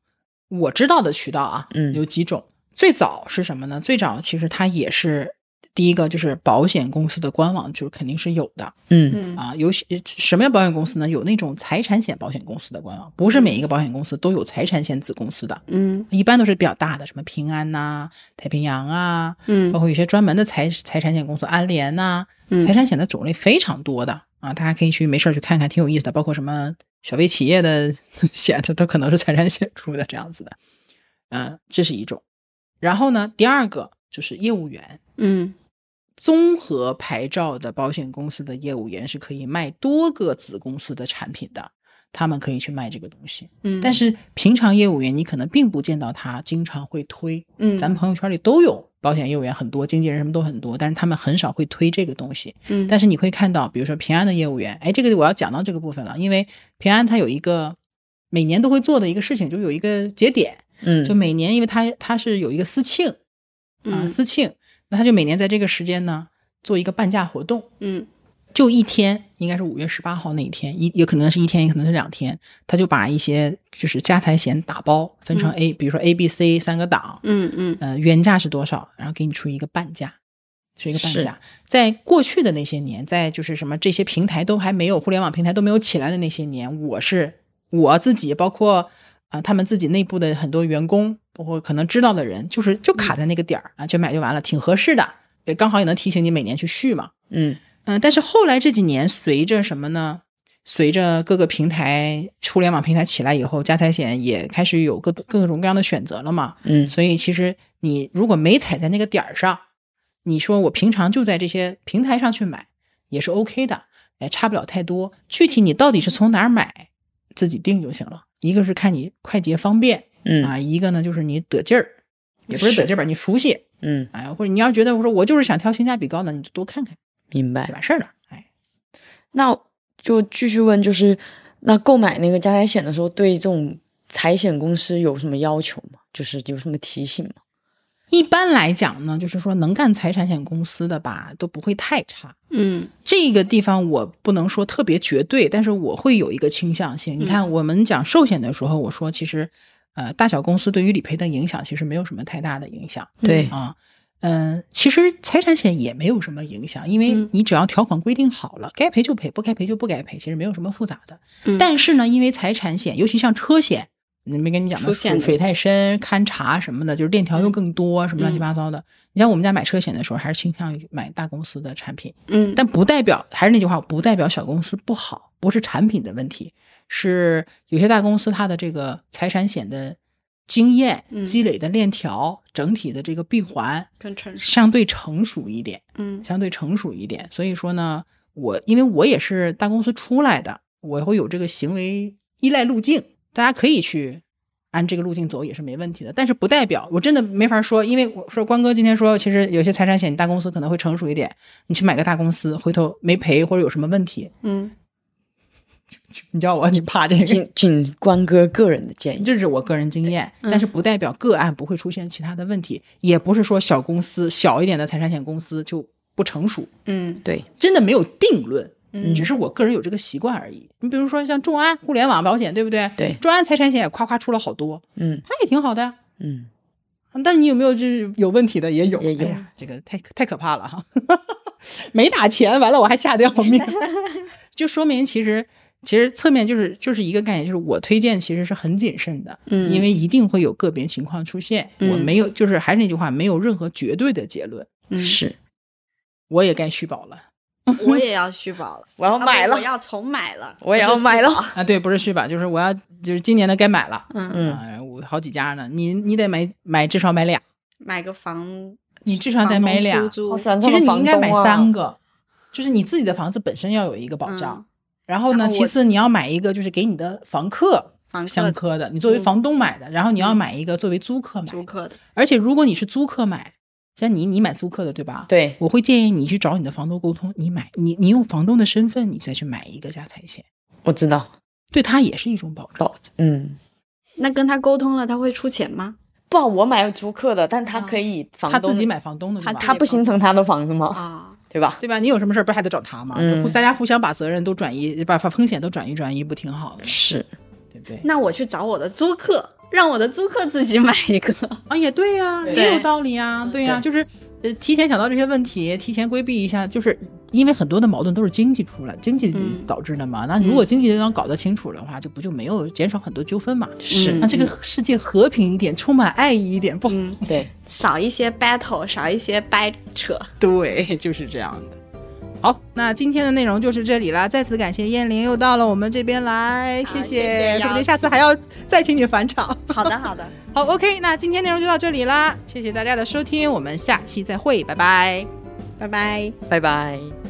S1: 我知道的渠道啊，
S2: 嗯
S1: 有几种。最早是什么呢？最早其实它也是第一个，就是保险公司的官网，就是肯定是有的。
S2: 嗯
S4: 嗯
S1: 啊，有些什么样保险公司呢？有那种财产险保险公司的官网，不是每一个保险公司都有财产险子公司的，
S4: 嗯
S1: 一般都是比较大的，什么平安呐、太平洋啊，包
S4: 嗯
S1: 括有些专门的财财产险公司，安联呐、
S4: 嗯
S1: 财产险的种类非常多的啊，大家可以去没事儿去看看，挺有意思的。包括什么小微企业的 险，它都可能是财产险出的这样子的，嗯，这是一种。然后呢，第二个就是业务员，
S4: 嗯
S1: 综合牌照的保险公司的业务员是可以卖多个子公司的产品的，他们可以去卖这个东西。
S4: 嗯，
S1: 但是平常业务员你可能并不见到他经常会推，
S4: 嗯，
S1: 咱们朋友圈里都有保险业务员很多，经纪人什么都很多，但是他们很少会推这个东西。
S4: 嗯，
S1: 但是你会看到，比如说平安的业务员，哎，这个我要讲到这个部分了，因为平安它有一个每年都会做的一个事情，就有一个节点，
S2: 嗯，
S1: 就每年，因为它它是有一个私庆，啊、
S4: 嗯
S1: 私庆，那他就每年在这个时间呢做一个半价活动，
S4: 嗯
S1: 就一天，应该是五月十八号那一天，一也可能是一天，也可能是两天，他就把一些就是家财险打包分成 A，、比如说 A、B、C 三个档，
S4: 嗯嗯
S1: 呃，原价是多少，然后给你出一个半价，是一个半
S2: 是
S1: 价。在过去的那些年，在就是什么这些平台都还没有互联网平台都没有起来的那些年，我是我自己，包括啊、呃他们自己内部的很多员工，包括可能知道的人，就是就卡在那个点儿啊，就买就完了，挺合适的，也刚好也能提醒你每年去续嘛。
S2: 嗯
S1: 嗯，但是后来这几年，随着什么呢？随着各个平台、互联网平台起来以后，家财险也开始有各各种各样的选择了嘛。
S2: 嗯
S1: 所以其实你如果没踩在那个点儿上，你说我平常就在这些平台上去买也是 OK 的，哎，差不了太多。具体你到底是从哪儿买，自己定就行了。一个是看你快捷方便
S2: 嗯
S1: 啊，一个呢就是你得劲儿，也不是得
S2: 是
S1: 劲儿吧，你熟悉，
S2: 嗯，
S1: 哎，或者你要觉得我说我就是想挑性价比高的，你就多看看
S2: 明
S1: 就
S2: 白。
S1: 完事儿了。哎，
S2: 那就继续问，就是那购买那个家财险的时候，对这种财险公司有什么要求吗？就是有什么提醒吗？
S1: 一般来讲呢，就是说能干财产险公司的吧，都不会太差。
S4: 嗯
S1: 这个地方我不能说特别绝对，但是我会有一个倾向性。
S4: 嗯
S1: 你看，我们讲寿险的时候，我说其实，呃，大小公司对于理赔的影响其实没有什么太大的影响
S2: 对，
S1: 啊。嗯，其实财产险也没有什么影响，因为
S4: 嗯
S1: 你只要条款规定好了，该赔就赔，不该赔就不该赔，其实没有什么复杂的。
S4: 嗯
S1: 但是呢，因为财产险，尤其像车险，你没跟你讲的
S4: 出现
S1: 水
S4: 的
S1: 水太深、勘察什么的，就是链条又更多，什么乱七八糟的。你像我们家买车险的时候，还是倾向于买大公司的产品。
S4: 嗯，
S1: 但不代表还是那句话，不代表小公司不好，不是产品的问题，是有些大公司它的这个财产险的经验、
S4: 嗯
S1: 积累的链条、整体的这个闭环
S4: 更诚实。
S1: 相对成熟一点，
S4: 嗯
S1: 相对成熟一点。所以说呢，我因为我也是大公司出来的，我会有这个行为依赖路径，大家可以去按这个路径走也是没问题的。但是不代表我真的没法说，因为我说关哥今天说，其实有些财产险你大公司可能会成熟一点，你去买个大公司，回头没赔或者有什么问题，
S4: 嗯，
S1: 你知道我要去怕这个，
S2: 仅仅关哥个人的建议，
S1: 这是我个人经验，但是不代表个案不会出现其他的问题，也不是说小公司小一点的财产险公司就不成熟，
S4: 嗯
S2: 对，
S1: 真的没有定论，只是我个人有这个习惯而已。你比如说像众安互联网保险，对不对？
S2: 对
S1: 众安财产险也夸夸出了好多，
S2: 嗯
S1: 它也挺好的呀。
S2: 嗯，
S1: 但你有没有就是有问题的也有？
S2: 也有
S1: 哎呀，这个太太可怕了哈！ 没打钱，完了我还吓得要命，就说明其实其实侧面就是就是一个概念，就是我推荐其实是很谨慎的，
S4: 嗯
S1: 因为一定会有个别情况出现。我
S4: 嗯
S1: 没有，就是还是那句话，没有任何绝对的结论。
S4: 嗯
S2: 是，
S1: 我也该续保了
S4: 我也要续保了，
S2: 我要
S4: 啊不
S2: 买了
S4: 我，要重买了，
S2: 我也要买了，
S1: 啊！对，不是续保，就是我要就是今年的该买了。
S4: 嗯，
S2: 嗯，
S1: 哎，我好几家呢，你你得买买至少买俩，
S4: 买个房，
S1: 你至少得买俩
S4: 房东出
S2: 好
S4: 租
S2: 喜欢
S1: 其
S2: 做
S1: 实你
S2: 房
S1: 应该买
S2: 东啊
S1: 三个，就是你自己的房子本身要有一个保障，
S4: 嗯
S1: 然后呢，
S4: 然后我
S1: 其次你要买一个就是给你的房客
S4: 房客
S1: 相科的，你作为房东买的，然后你要买一个作为租客买，
S4: 租客的，
S1: 而且如果你是租客买，像你你买租客的对吧？。
S2: 对，
S1: 我会建议你去找你的房东沟通，你买你你用房东的身份，你再去买一个家财险，
S2: 我知道，
S1: 对他也是一种保障。
S2: 保，嗯，
S4: 那跟他沟通了，他会出钱吗？
S2: 不，我买租客的，但他可以房
S1: 他
S2: 东，
S1: 自己，买房东的对吧，
S4: 他
S2: 他不心疼他的房子吗？
S4: 啊，
S2: 对吧？
S1: 对吧？你有什么事儿不还得找他吗？
S2: 嗯
S1: 互大家互相把责任都转移，把把风险都转移转移，不挺好的吗？
S2: 是，
S1: 对不对？
S4: 那我去找我的租客，让我的租客自己买一个，
S1: 啊，也对呀、
S2: 对
S1: 也有道理呀、对呀、就是呃，提前想到这些问题，提前规避一下，就是因为很多的矛盾都是经济出来、经济
S4: 嗯
S1: 导致的嘛。那如果经济能搞得清楚的话，就不就没有减少很多纠纷嘛？
S2: 是
S1: 那这个世界和平一点，充满爱意一点，不好
S4: 嗯，
S2: 对，
S4: 少一些 battle，少一些掰扯，
S1: 对，就是这样的。好，那今天的内容就是这里啦。再次感谢燕玲又到了我们这边来，谢
S4: 好谢谢
S1: 说不
S4: 邀
S1: 定下次
S4: 请
S1: 还要再请你返场。
S4: 好的，好的。
S1: 好，OK，那今天内容就到这里啦，谢谢大家的收听，我们下期再会，拜拜。
S4: 拜拜。
S2: 拜拜。